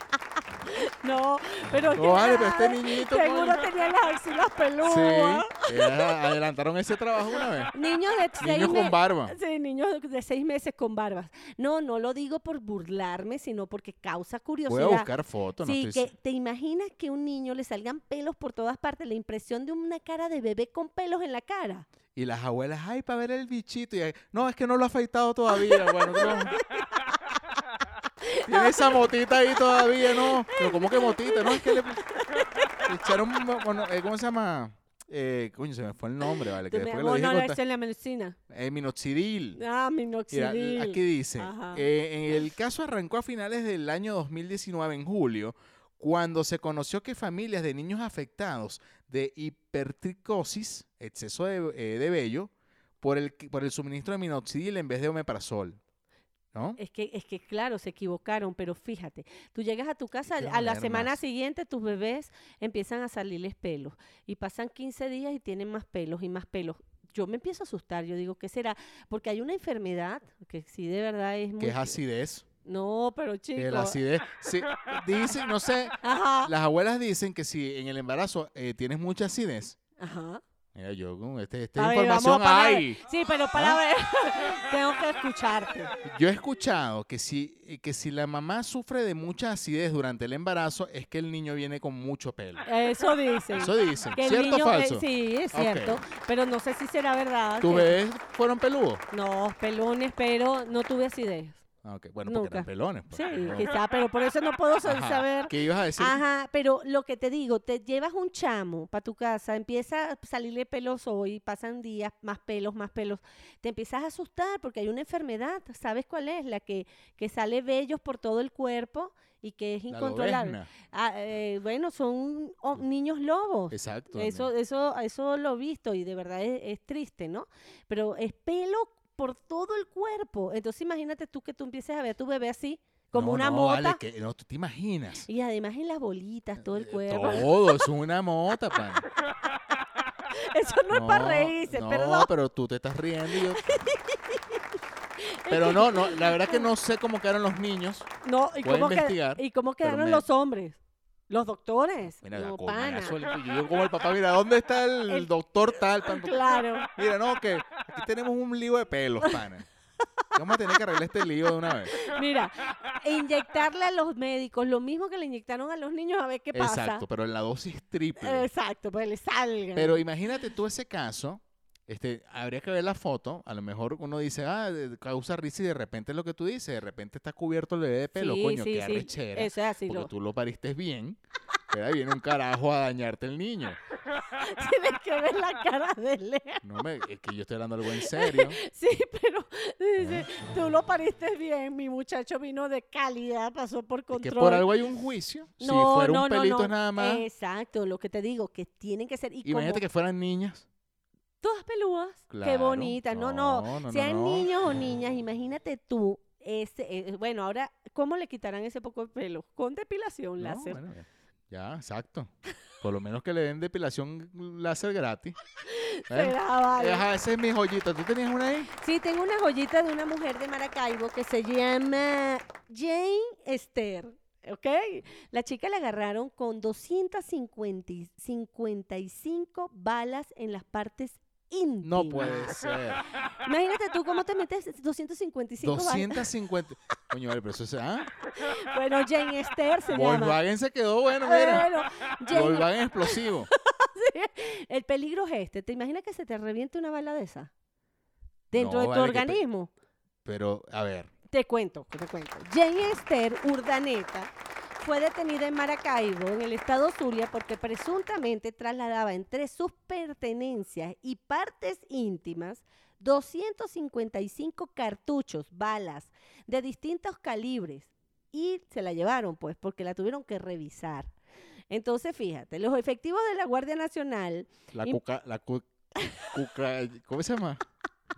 Speaker 4: No, pero... es
Speaker 3: No,
Speaker 4: que
Speaker 3: vale, pero este
Speaker 4: ay,
Speaker 3: niñito,
Speaker 4: Seguro
Speaker 3: coño.
Speaker 4: tenía las axilas peludas.
Speaker 3: sí, ya adelantaron ese trabajo una vez.
Speaker 4: Niños de seis
Speaker 3: Niños con
Speaker 4: me-
Speaker 3: barba.
Speaker 4: Sí, niños de seis meses con barbas. No, no lo digo por burlarme, sino porque causa curiosidad.
Speaker 3: Voy a buscar fotos, no
Speaker 4: Sí,
Speaker 3: estoy-
Speaker 4: que te imaginas que a un niño le salgan pelos por todas partes, la impresión de una cara de bebé con pelos en la cara.
Speaker 3: Y las abuelas, ay, para ver el bichito. Y, ahí, no, es que no lo ha afeitado todavía. Bueno, no. Tiene esa motita ahí todavía, ¿no? Pero ¿cómo que motita? No, es que le, le echaron, mo- bueno, eh, ¿cómo se llama? Eh, coño, se me fue el nombre, ¿vale? Que
Speaker 4: Tú me- "Oh,
Speaker 3: después que
Speaker 4: bueno,
Speaker 3: lo
Speaker 4: la
Speaker 3: dije
Speaker 4: acción en la medicina.
Speaker 3: Eh, minoxidil.
Speaker 4: Ah,
Speaker 3: Mira,
Speaker 4: minoxidil.
Speaker 3: aquí dice,
Speaker 4: Ajá.
Speaker 3: eh, en el caso arrancó a finales del año 2019, en julio, cuando se conoció que familias de niños afectados de hipertricosis, exceso de, eh, de vello, por el, que- por el suministro de minoxidil en vez de omeprazol. ¿No?
Speaker 4: Es que, es que claro, se equivocaron, pero fíjate, tú llegas a tu casa,
Speaker 3: Qué
Speaker 4: a la
Speaker 3: merma.
Speaker 4: semana siguiente tus bebés empiezan a salirles pelos y pasan 15 días y tienen más pelos y más pelos. Yo me empiezo a asustar, yo digo, ¿qué será? Porque hay una enfermedad que sí de verdad es muy...
Speaker 3: Que es acidez.
Speaker 4: No, pero chico.
Speaker 3: Que la acidez. Sí, dicen, no sé,
Speaker 4: Ajá,
Speaker 3: las abuelas dicen que si en el embarazo eh, tienes mucha acidez.
Speaker 4: ajá.
Speaker 3: Mira, yo con este, esta
Speaker 4: A ver,
Speaker 3: información
Speaker 4: vamos a parar.
Speaker 3: hay.
Speaker 4: Sí, pero para ver, tengo que escucharte.
Speaker 3: Yo he escuchado que si, eh, que si la mamá sufre de mucha acidez durante el embarazo, es que el niño viene con mucho pelo.
Speaker 4: Eso dicen.
Speaker 3: Eso dicen.
Speaker 4: Que el
Speaker 3: ¿Cierto
Speaker 4: niño-
Speaker 3: o falso?
Speaker 4: eh, sí, es
Speaker 3: Ok.
Speaker 4: cierto, pero no sé si será verdad.
Speaker 3: ¿Tus
Speaker 4: que-
Speaker 3: bebés fueron peludos?
Speaker 4: No, pelones, pero no tuve acidez.
Speaker 3: Ah, ok. Bueno,
Speaker 4: Nunca.
Speaker 3: porque eran pelones. pues.
Speaker 4: Sí,
Speaker 3: Ajá.
Speaker 4: quizá, pero por eso no puedo sa-
Speaker 3: Ajá.
Speaker 4: saber.
Speaker 3: ¿Qué ibas a decir?
Speaker 4: Ajá, pero lo que te digo, te llevas un chamo para tu casa, empieza a salirle pelos hoy, pasan días, más pelos, más pelos, te empiezas a asustar porque hay una enfermedad, ¿sabes cuál es? La que, que sale vellos por todo el cuerpo y que es
Speaker 3: La
Speaker 4: incontrolable.
Speaker 3: lobezna.
Speaker 4: Ah, eh, bueno, son oh, niños lobos.
Speaker 3: Exacto.
Speaker 4: Eso, eso, eso lo he visto y de verdad es, es triste, ¿no? Pero es pelo por todo el cuerpo. Entonces imagínate tú que tú empieces a ver a tu bebé así, como
Speaker 3: No,
Speaker 4: una
Speaker 3: no,
Speaker 4: mota.
Speaker 3: Vale, que, no, tú te imaginas.
Speaker 4: Y además en las bolitas, todo el
Speaker 3: Eh,
Speaker 4: cuerpo.
Speaker 3: Todo, es una mota, pan.
Speaker 4: Eso no, es para reírse,
Speaker 3: no,
Speaker 4: perdón.
Speaker 3: pero tú te estás riendo y yo... Pero no, no, la verdad que no sé cómo quedaron los niños.
Speaker 4: No, ¿y
Speaker 3: voy a
Speaker 4: cómo, qued-
Speaker 3: investigar,
Speaker 4: ¿y cómo
Speaker 3: pero
Speaker 4: quedaron
Speaker 3: me-
Speaker 4: los hombres? Los doctores.
Speaker 3: Mira,
Speaker 4: no,
Speaker 3: con
Speaker 4: pana.
Speaker 3: magazo le- yo digo como el papá, mira, ¿dónde está el,
Speaker 4: El-
Speaker 3: doctor tal? pan? Porque-
Speaker 4: Claro.
Speaker 3: Mira, no, que aquí tenemos un lío de pelos, pana. Vamos a tener que arreglar este lío de una vez.
Speaker 4: Mira, inyectarle a los médicos lo mismo que le inyectaron a los niños a ver qué pasa.
Speaker 3: Exacto, pero en la dosis triple.
Speaker 4: Exacto, pues le salgan.
Speaker 3: Pero imagínate tú ese caso, este, habría que ver la foto, a lo mejor uno dice, ah, de- causa risa y de repente es lo que tú dices, de repente está cubierto el bebé de pelo,
Speaker 4: Sí,
Speaker 3: coño,
Speaker 4: sí,
Speaker 3: qué
Speaker 4: sí.
Speaker 3: arrechera.
Speaker 4: Eso es así.
Speaker 3: porque
Speaker 4: lo-
Speaker 3: tú lo pariste bien, pero ahí viene un carajo a dañarte el niño.
Speaker 4: Tienes que ver la cara de Lea.
Speaker 3: No me, es que yo estoy hablando algo en serio.
Speaker 4: Sí, pero dice, tú lo pariste bien. Mi muchacho vino de calidad, pasó por
Speaker 3: Es
Speaker 4: control.
Speaker 3: que por algo hay un juicio. si fuera un pelito nada más.
Speaker 4: Exacto, lo que te digo, que tienen que ser. Y
Speaker 3: Imagínate
Speaker 4: eh, como
Speaker 3: que fueran niñas.
Speaker 4: todas pelúas, qué
Speaker 3: Claro,
Speaker 4: bonitas. No, no,
Speaker 3: no, no,
Speaker 4: sean
Speaker 3: no.
Speaker 4: niños o niñas, imagínate tú. Ese, eh, bueno, ahora, ¿cómo le quitarán ese poco de pelo? Con depilación
Speaker 3: No,
Speaker 4: láser.
Speaker 3: bueno, ya- ya, exacto. Por lo menos que le den depilación láser gratis. Bueno,
Speaker 4: Será, vale.
Speaker 3: Ajá, esa es mi joyita. ¿Tú tenías una ahí?
Speaker 4: Sí, tengo una joyita de una mujer de Maracaibo que se llama Jane Esther. ¿Ok? La chica la agarraron con 255 balas en las partes íntimas.
Speaker 3: No puede ser.
Speaker 4: Imagínate tú cómo te metes 255 balas.
Speaker 3: 250. Coño, vale, pero eso es. Ah,
Speaker 4: Bueno, Jane Esther se llama. Eh,
Speaker 3: Volkswagen se quedó bueno, mira.
Speaker 4: Bueno, Jane,
Speaker 3: Volkswagen explosivo.
Speaker 4: el peligro es este. ¿Te imaginas que se te reviente una bala de esa? Dentro
Speaker 3: No,
Speaker 4: de tu
Speaker 3: vale, que te-
Speaker 4: organismo.
Speaker 3: Pero, a ver.
Speaker 4: Te cuento, te cuento. Jane Esther Urdaneta fue detenida en Maracaibo, en el estado Zulia, porque presuntamente trasladaba entre sus pertenencias y partes íntimas 255 cartuchos, balas de distintos calibres. Y se la llevaron, pues, porque la tuvieron que revisar. Entonces, fíjate, los efectivos de la Guardia Nacional
Speaker 3: La
Speaker 4: Y-
Speaker 3: cuca. La cu- cuca. ¿Cómo se llama?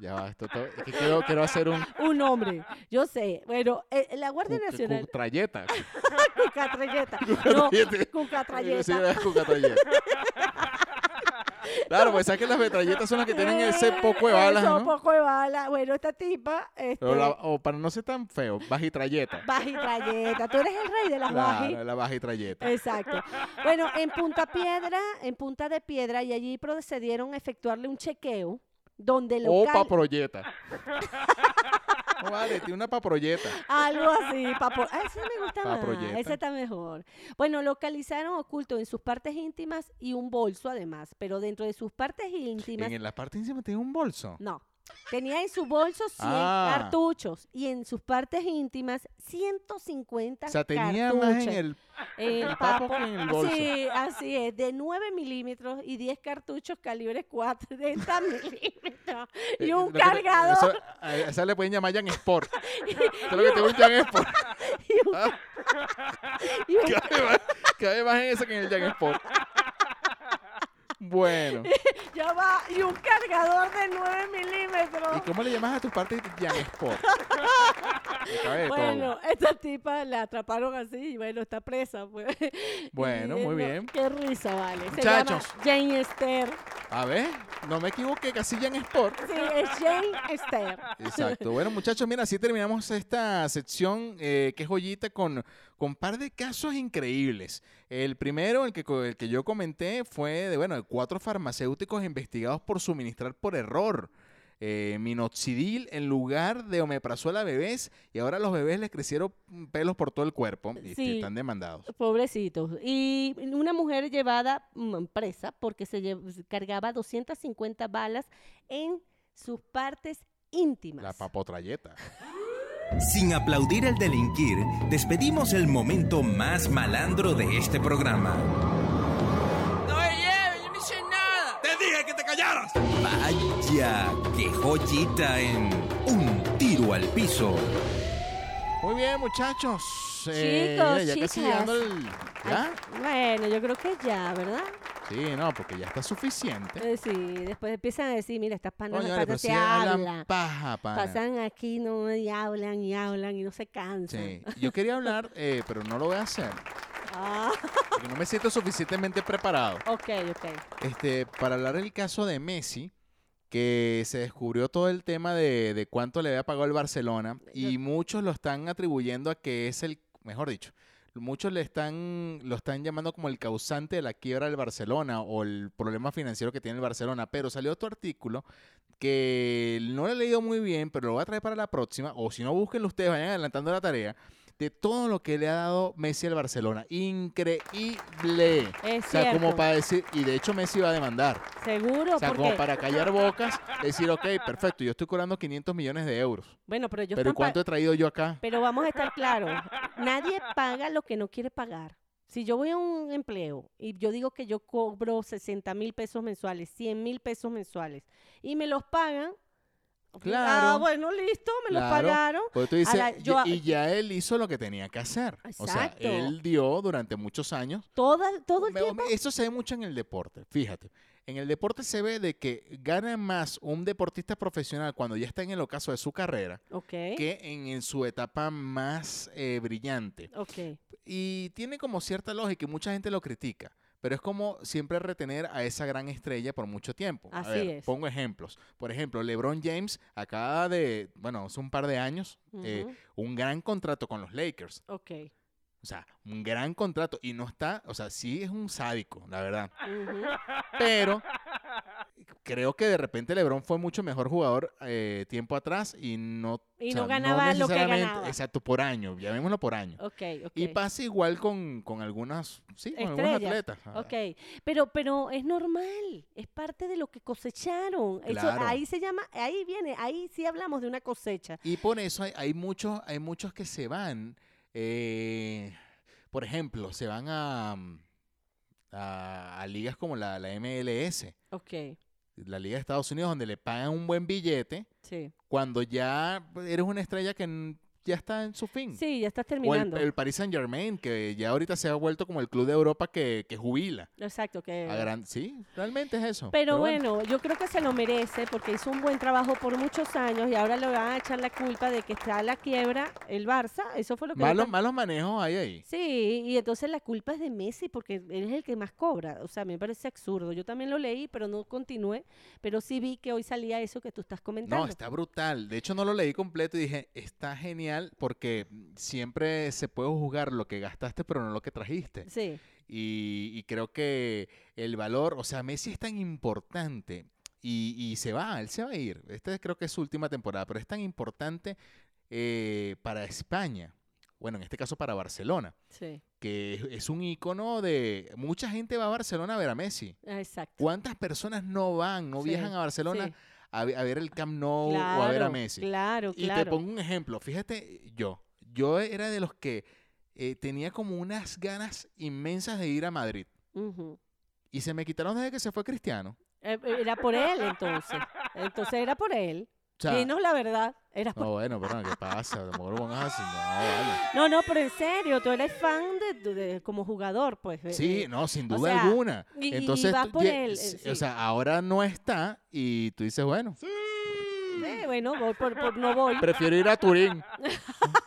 Speaker 3: Ya va, esto todo- Es que quiero, quiero hacer un.
Speaker 4: un hombre, yo sé, bueno, eh, la Guardia
Speaker 3: cuca-
Speaker 4: Nacional,
Speaker 3: Cutralleta.
Speaker 4: Cucatralleta, no,
Speaker 3: Cucatralleta. Sí,
Speaker 4: Cucatralleta,
Speaker 3: era cucatralleta. claro, pues sabes que las metralletas son las que tienen ese poco de balas,
Speaker 4: Eh, Eso,
Speaker 3: ¿no?
Speaker 4: poco de balas. Bueno, esta tipa, este,
Speaker 3: Pero la- o para no ser tan feo, bajitralleta.
Speaker 4: bajitrayeta. Tú eres el rey de las baji.
Speaker 3: Claro, la bajitralleta.
Speaker 4: Exacto. Bueno, en Punta Piedra, en Punta de Piedra, y allí procedieron a efectuarle un chequeo donde
Speaker 3: O
Speaker 4: local...
Speaker 3: paproyeta. No vale, tiene una paproyeta.
Speaker 4: Algo así, papo. Ah, ese me gusta más.
Speaker 3: Paproyeta.
Speaker 4: Ese está mejor. Bueno, localizaron oculto en sus partes íntimas y un bolso además, pero dentro de sus partes íntimas
Speaker 3: En la parte encima tiene un bolso.
Speaker 4: No. Tenía en su bolso 100
Speaker 3: Ah.
Speaker 4: cartuchos y en sus partes íntimas 150
Speaker 3: O sea, tenía
Speaker 4: cartuchos. Eh,
Speaker 3: más en el.
Speaker 4: El
Speaker 3: el papo que en el bolso.
Speaker 4: Sí, así es, de 9 milímetros y 10 cartuchos calibres 40 milímetros y
Speaker 3: eh,
Speaker 4: un
Speaker 3: lo que-
Speaker 4: cargador.
Speaker 3: eso- a a esa le pueden llamar Jan Sport. Creo que tengo un Jan Sport.
Speaker 4: y un-
Speaker 3: Ah.
Speaker 4: y un-
Speaker 3: Cabe más, cabe más en ese que en el Jan Sport. Bueno.
Speaker 4: Ya va, y un cargador de 9 milímetros.
Speaker 3: ¿Y cómo le llamas a tus partes Jan Sport? Me cabe de todo.
Speaker 4: Bueno, esta tipa la atraparon así y bueno, está presa. pues.
Speaker 3: Bueno,
Speaker 4: Y, eh,
Speaker 3: muy
Speaker 4: no,
Speaker 3: bien.
Speaker 4: Qué risa, vale. Se
Speaker 3: Muchachos.
Speaker 4: llama Jane Esther.
Speaker 3: A ver, no me equivoqué, casi Jan Sport.
Speaker 4: Sí, es Jane Esther.
Speaker 3: Exacto. Bueno, muchachos, mira, así terminamos esta sección eh, que es joyita con, con par de casos increíbles. El primero, el que, co- el que yo comenté, fue de, bueno, de cuatro farmacéuticos investigados por suministrar por error. eh, minoxidil en lugar de omeprazol a bebés y ahora a los bebés les crecieron pelos por todo el cuerpo y este,
Speaker 4: Sí.
Speaker 3: están demandados.
Speaker 4: Pobrecitos. Y una mujer llevada mm, presa porque se lle- cargaba 250 balas en sus partes íntimas.
Speaker 3: La papotrayeta.
Speaker 6: Sin aplaudir el delinquir, despedimos el momento más malandro de este programa.
Speaker 8: No me lleven, yo no hice nada.
Speaker 6: ¡Te dije que te callaras! Vaya, qué joyita en un tiro al piso.
Speaker 3: Muy bien, muchachos. Eh,
Speaker 4: Chicos,
Speaker 3: ya casi
Speaker 4: chicas.
Speaker 3: llegando el- ¿Ya?
Speaker 4: Ay, bueno, yo creo que ya, ¿verdad?
Speaker 3: Sí, no, porque ya está suficiente.
Speaker 4: Eh, sí, después empiezan a decir, mira, estas panas
Speaker 3: Coño,
Speaker 4: no
Speaker 3: vale, pero
Speaker 4: se
Speaker 3: sí
Speaker 4: hablan.
Speaker 3: hablan paja, pana.
Speaker 4: Pasan aquí no, y hablan y hablan y no se cansan.
Speaker 3: Sí. Yo quería hablar, eh, pero no lo voy a hacer.
Speaker 4: Ah,
Speaker 3: Porque no me siento suficientemente preparado.
Speaker 4: ok, ok.
Speaker 3: Este, para hablar del caso de Messi, que se descubrió todo el tema de, de cuánto le había pagado el Barcelona. Y muchos lo están atribuyendo a que es el, mejor dicho, muchos le están, lo están llamando como el causante de la quiebra del Barcelona o el problema financiero que tiene el Barcelona. Pero salió otro artículo que no lo he leído muy bien, pero lo voy a traer para la próxima. O si no, búsquenlo ustedes, vayan adelantando la tarea. De todo lo que le ha dado Messi al Barcelona. Increíble.
Speaker 4: Es
Speaker 3: O sea, como
Speaker 4: cierto.
Speaker 3: para decir, y de hecho Messi va a demandar.
Speaker 4: Seguro,
Speaker 3: O sea,
Speaker 4: porque...
Speaker 3: como para callar bocas, decir, ok, perfecto, yo estoy cobrando 500 millones de euros.
Speaker 4: Bueno, pero ellos
Speaker 3: pero ¿y
Speaker 4: están pa-
Speaker 3: ¿cuánto he traído yo acá?
Speaker 4: Pero vamos a estar claros, nadie paga lo que no quiere pagar. Si yo voy a un empleo y yo digo que yo cobro 60 mil pesos mensuales, 100 mil pesos mensuales, y me los pagan, ah,
Speaker 3: Claro.
Speaker 4: bueno, listo, me los
Speaker 3: Claro.
Speaker 4: pagaron.
Speaker 3: Porque tú
Speaker 4: A
Speaker 3: dices,
Speaker 4: la- yo a-
Speaker 3: y ya él hizo lo que tenía que hacer. O sea,
Speaker 4: Exacto.
Speaker 3: él dio durante muchos años
Speaker 4: Toda, todo el
Speaker 3: Me-
Speaker 4: tiempo.
Speaker 3: Eso se ve mucho en el deporte, fíjate. En el deporte se ve de que gana más un deportista profesional cuando ya está en el ocaso de su carrera
Speaker 4: Ok,
Speaker 3: que en, en su etapa más eh, brillante.
Speaker 4: ok.
Speaker 3: Y tiene como cierta lógica y mucha gente lo critica. Pero es como siempre retener a esa gran estrella por mucho tiempo. A
Speaker 4: Así
Speaker 3: ver,
Speaker 4: es.
Speaker 3: Pongo ejemplos. Por ejemplo, LeBron James acaba de, bueno, hace un par de años, eh,
Speaker 4: ujú,
Speaker 3: un gran contrato con los Lakers.
Speaker 4: ok.
Speaker 3: O sea, un gran contrato. Y no está, o sea, sí es un sádico, la verdad.
Speaker 4: ujú.
Speaker 3: Pero creo que de repente LeBron fue mucho mejor jugador eh, tiempo atrás y no,
Speaker 4: Y no ganaba lo que
Speaker 3: necesariamente-
Speaker 4: ganaba.
Speaker 3: Exacto, por año, llamémoslo por año.
Speaker 4: Ok, ok.
Speaker 3: Y pasa igual con, con algunas, sí, con algunos
Speaker 4: Estrellas.
Speaker 3: atletas. Ah,
Speaker 4: Ok, pero, pero es normal, es parte de lo que cosecharon. Eso-
Speaker 3: Claro.
Speaker 4: ahí se llama, ahí viene, ahí sí hablamos de una cosecha.
Speaker 3: Y por eso hay, hay muchos, hay muchos que se van, eh, por ejemplo, se van a, mm, a, a ligas como la, la MLS,
Speaker 4: Ok,
Speaker 3: la Liga de Estados Unidos, donde le pagan un buen billete
Speaker 4: sí.
Speaker 3: cuando ya eres una estrella que n- ya está en su fin.
Speaker 4: Sí, ya estás
Speaker 3: Mm. O el,
Speaker 4: terminando.
Speaker 3: el Paris Saint Germain, que ya ahorita se ha vuelto como el club de Europa que, que jubila.
Speaker 4: Exacto, que...
Speaker 3: A gran- Sí, realmente es eso.
Speaker 4: Eh. Pero, bueno, yo creo que se lo merece porque hizo un buen trabajo por muchos años y ahora le van a echar la culpa de que está a la quiebra el Barça. Eso fue lo que... le
Speaker 3: malos,
Speaker 4: pa-
Speaker 3: malos manejos hay ahí.
Speaker 4: Sí, y entonces la culpa es de Messi porque él es el que más cobra. O sea, me parece absurdo. Yo también lo leí, pero no continué. Pero sí vi que hoy salía eso que tú estás comentando.
Speaker 3: No, está brutal. De hecho, no lo leí completo y dije, está genial porque siempre se puede juzgar lo que gastaste, pero no lo que trajiste.
Speaker 4: Sí,
Speaker 3: Y, y creo que el valor, o sea, Messi es tan importante y, y se va, él se va a ir. Esta creo que es su última temporada, pero es tan importante eh, para España. Bueno, en este caso para Barcelona.
Speaker 4: sí.
Speaker 3: que es, es un icono de mucha gente va a Barcelona a ver a Messi.
Speaker 4: Ah, Exacto.
Speaker 3: ¿Cuántas personas no van, no
Speaker 4: Sí,
Speaker 3: viajan a Barcelona
Speaker 4: sí.
Speaker 3: a, ve- a ver el Camp Nou o a ver a
Speaker 4: Claro,
Speaker 3: Messi?
Speaker 4: Claro,
Speaker 3: y
Speaker 4: claro.
Speaker 3: te pongo un ejemplo, fíjate yo, yo era de los que eh, tenía como unas ganas inmensas de ir a Madrid
Speaker 4: Ujú.
Speaker 3: y se me quitaron desde que se fue Cristiano.
Speaker 4: Eh, Era por él entonces. Entonces era por él.
Speaker 3: O sea,
Speaker 4: Dinos la verdad. Eras
Speaker 3: no, bueno, perdón, ¿qué pasa? De Morbón así, no, vale.
Speaker 4: No, no, pero en serio, tú eres fan de, de- de- como jugador, pues. de-
Speaker 3: Sí,
Speaker 4: de-
Speaker 3: no, sin
Speaker 4: o
Speaker 3: duda
Speaker 4: sea,
Speaker 3: alguna.
Speaker 4: y- y- y
Speaker 3: Entonces,
Speaker 4: vas
Speaker 3: tú
Speaker 4: por
Speaker 3: lle-
Speaker 4: el- eh,
Speaker 3: s-
Speaker 4: sí.
Speaker 3: o sea, ahora no está y tú dices, bueno,
Speaker 4: eh, bueno, voy por, por- no voy.
Speaker 3: prefiero ir a Turín.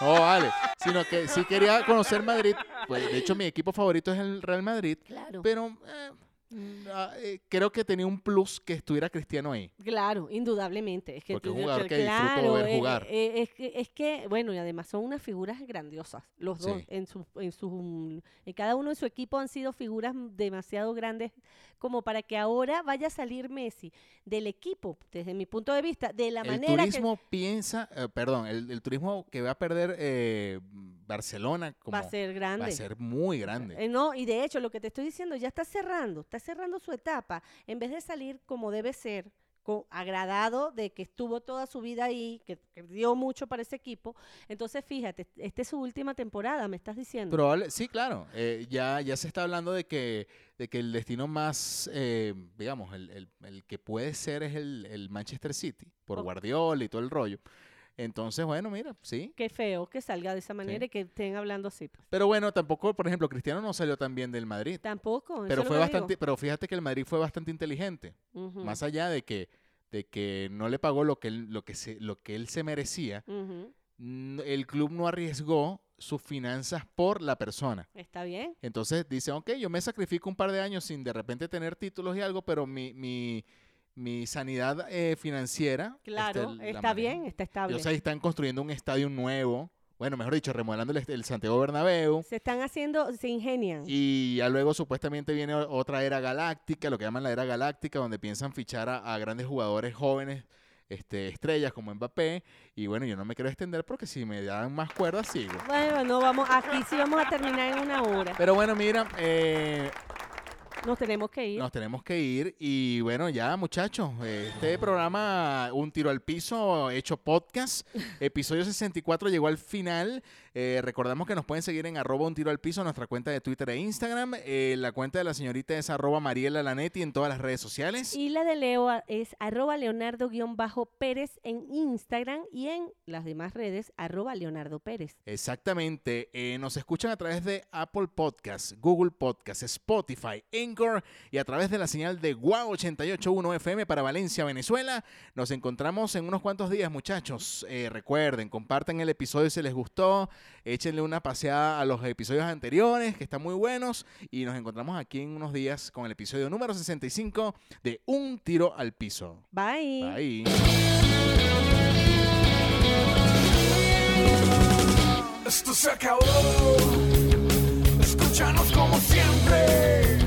Speaker 3: No, vale. Sino que sí quería conocer Madrid. Pues, de hecho, mi equipo favorito es el Real Madrid.
Speaker 4: Claro,
Speaker 3: Pero eh, mm, ah, eh, creo que tenía un plus que estuviera Cristiano ahí.
Speaker 4: claro, indudablemente. Es que
Speaker 3: Porque
Speaker 4: tú-
Speaker 3: es un jugador
Speaker 4: tú-
Speaker 3: que disfruto ver
Speaker 4: eh,
Speaker 3: jugar.
Speaker 4: eh, es, que, es que, bueno, y además son unas figuras grandiosas, los dos.
Speaker 3: Sí.
Speaker 4: En, su, en, su, en cada uno de su equipo han sido figuras demasiado grandes como para que ahora vaya a salir Messi del equipo, desde mi punto de vista, de la
Speaker 3: El
Speaker 4: manera
Speaker 3: turismo piensa, eh, perdón, el, el turismo que va a perder eh, Barcelona
Speaker 4: que
Speaker 3: como
Speaker 4: va a ser
Speaker 3: va
Speaker 4: grande.
Speaker 3: a ser muy grande.
Speaker 4: Eh, no, y de hecho, lo que te estoy diciendo, ya está cerrando, está cerrando su etapa. En vez de salir como debe ser, co- agradado de que estuvo toda su vida ahí, que, que dio mucho para ese equipo. Entonces, fíjate, este, esta es su última temporada, me estás diciendo.
Speaker 3: Probable- sí, claro. eh, ya, ya se está hablando de que, de que el destino más, eh, digamos, el, el- el que puede ser es el, el Manchester City, por
Speaker 4: Ok.
Speaker 3: Guardiola y todo el rollo. Entonces, bueno, mira, sí.
Speaker 4: Qué feo que salga de esa manera
Speaker 3: Sí.
Speaker 4: y que estén hablando así. pues.
Speaker 3: Pero bueno, tampoco, por ejemplo, Cristiano no salió tan bien del Madrid.
Speaker 4: Tampoco. eso
Speaker 3: Pero
Speaker 4: es lo
Speaker 3: fue
Speaker 4: que digo.
Speaker 3: bastante, pero fíjate que el Madrid fue bastante inteligente.
Speaker 4: Ujú,
Speaker 3: Más allá de que, de que no le pagó lo que él, lo que se, lo que él se merecía,
Speaker 4: ujú,
Speaker 3: n- el club no arriesgó sus finanzas por la persona.
Speaker 4: Está bien.
Speaker 3: Entonces dice, ok, yo me sacrifico un par de años sin de repente tener títulos y algo, pero mi, mi, mi sanidad eh, financiera... este,
Speaker 4: Claro,
Speaker 3: la
Speaker 4: está
Speaker 3: manejo".
Speaker 4: bien, está
Speaker 3: Y,
Speaker 4: estable.
Speaker 3: o sea, están construyendo un estadio nuevo, bueno, mejor dicho, remodelando el, est- el Santiago Bernabéu.
Speaker 4: Se están haciendo, se ingenian.
Speaker 3: Y ya luego supuestamente viene o- otra era galáctica, lo que llaman la era galáctica, donde piensan fichar a, a grandes jugadores jóvenes, este, estrellas como Mbappé. Y bueno, yo no me quiero extender porque si me dan más cuerdas sigo.
Speaker 4: Bueno, no vamos, aquí sí vamos a terminar en una hora.
Speaker 3: Pero bueno, mira, eh,
Speaker 4: Nos tenemos que ir.
Speaker 3: nos tenemos que ir. Y bueno, ya muchachos, eh, este programa Un Tiro al Piso, hecho podcast, episodio 64 llegó al final. Eh, recordamos que nos pueden seguir en arroba Un Tiro al Piso, nuestra cuenta de Twitter e Instagram. Eh, la cuenta de la señorita es arroba Mariela Lanetti en todas las redes sociales.
Speaker 4: Y la de Leo a- es arroba leonardo-pérez en Instagram y en las demás redes arroba leonardo pérez.
Speaker 3: Exactamente. Eh, nos escuchan a través de Apple Podcasts, Google Podcasts, Spotify, Anchor y a través de la señal de Guau 881 FM para Valencia, Venezuela. Nos encontramos en unos cuantos días, muchachos. Eh, recuerden, compartan el episodio si les gustó. Échenle una paseada a los episodios anteriores, que están muy buenos. Y nos encontramos aquí en unos días con el episodio número 65 de Un Tiro al Piso. Bye.
Speaker 1: Esto se acabó. Escúchanos como siempre.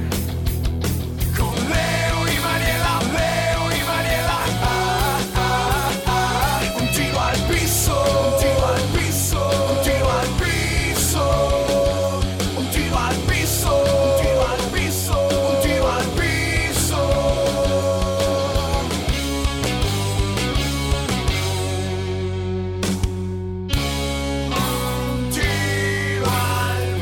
Speaker 1: Con Leo y Mariela, Leo y Mariela. Ah, ah, ah. Un tiro al piso, un tiro al piso, un tiro al piso. Un tiro al piso, un tiro al piso, un tiro al piso. Un tiro al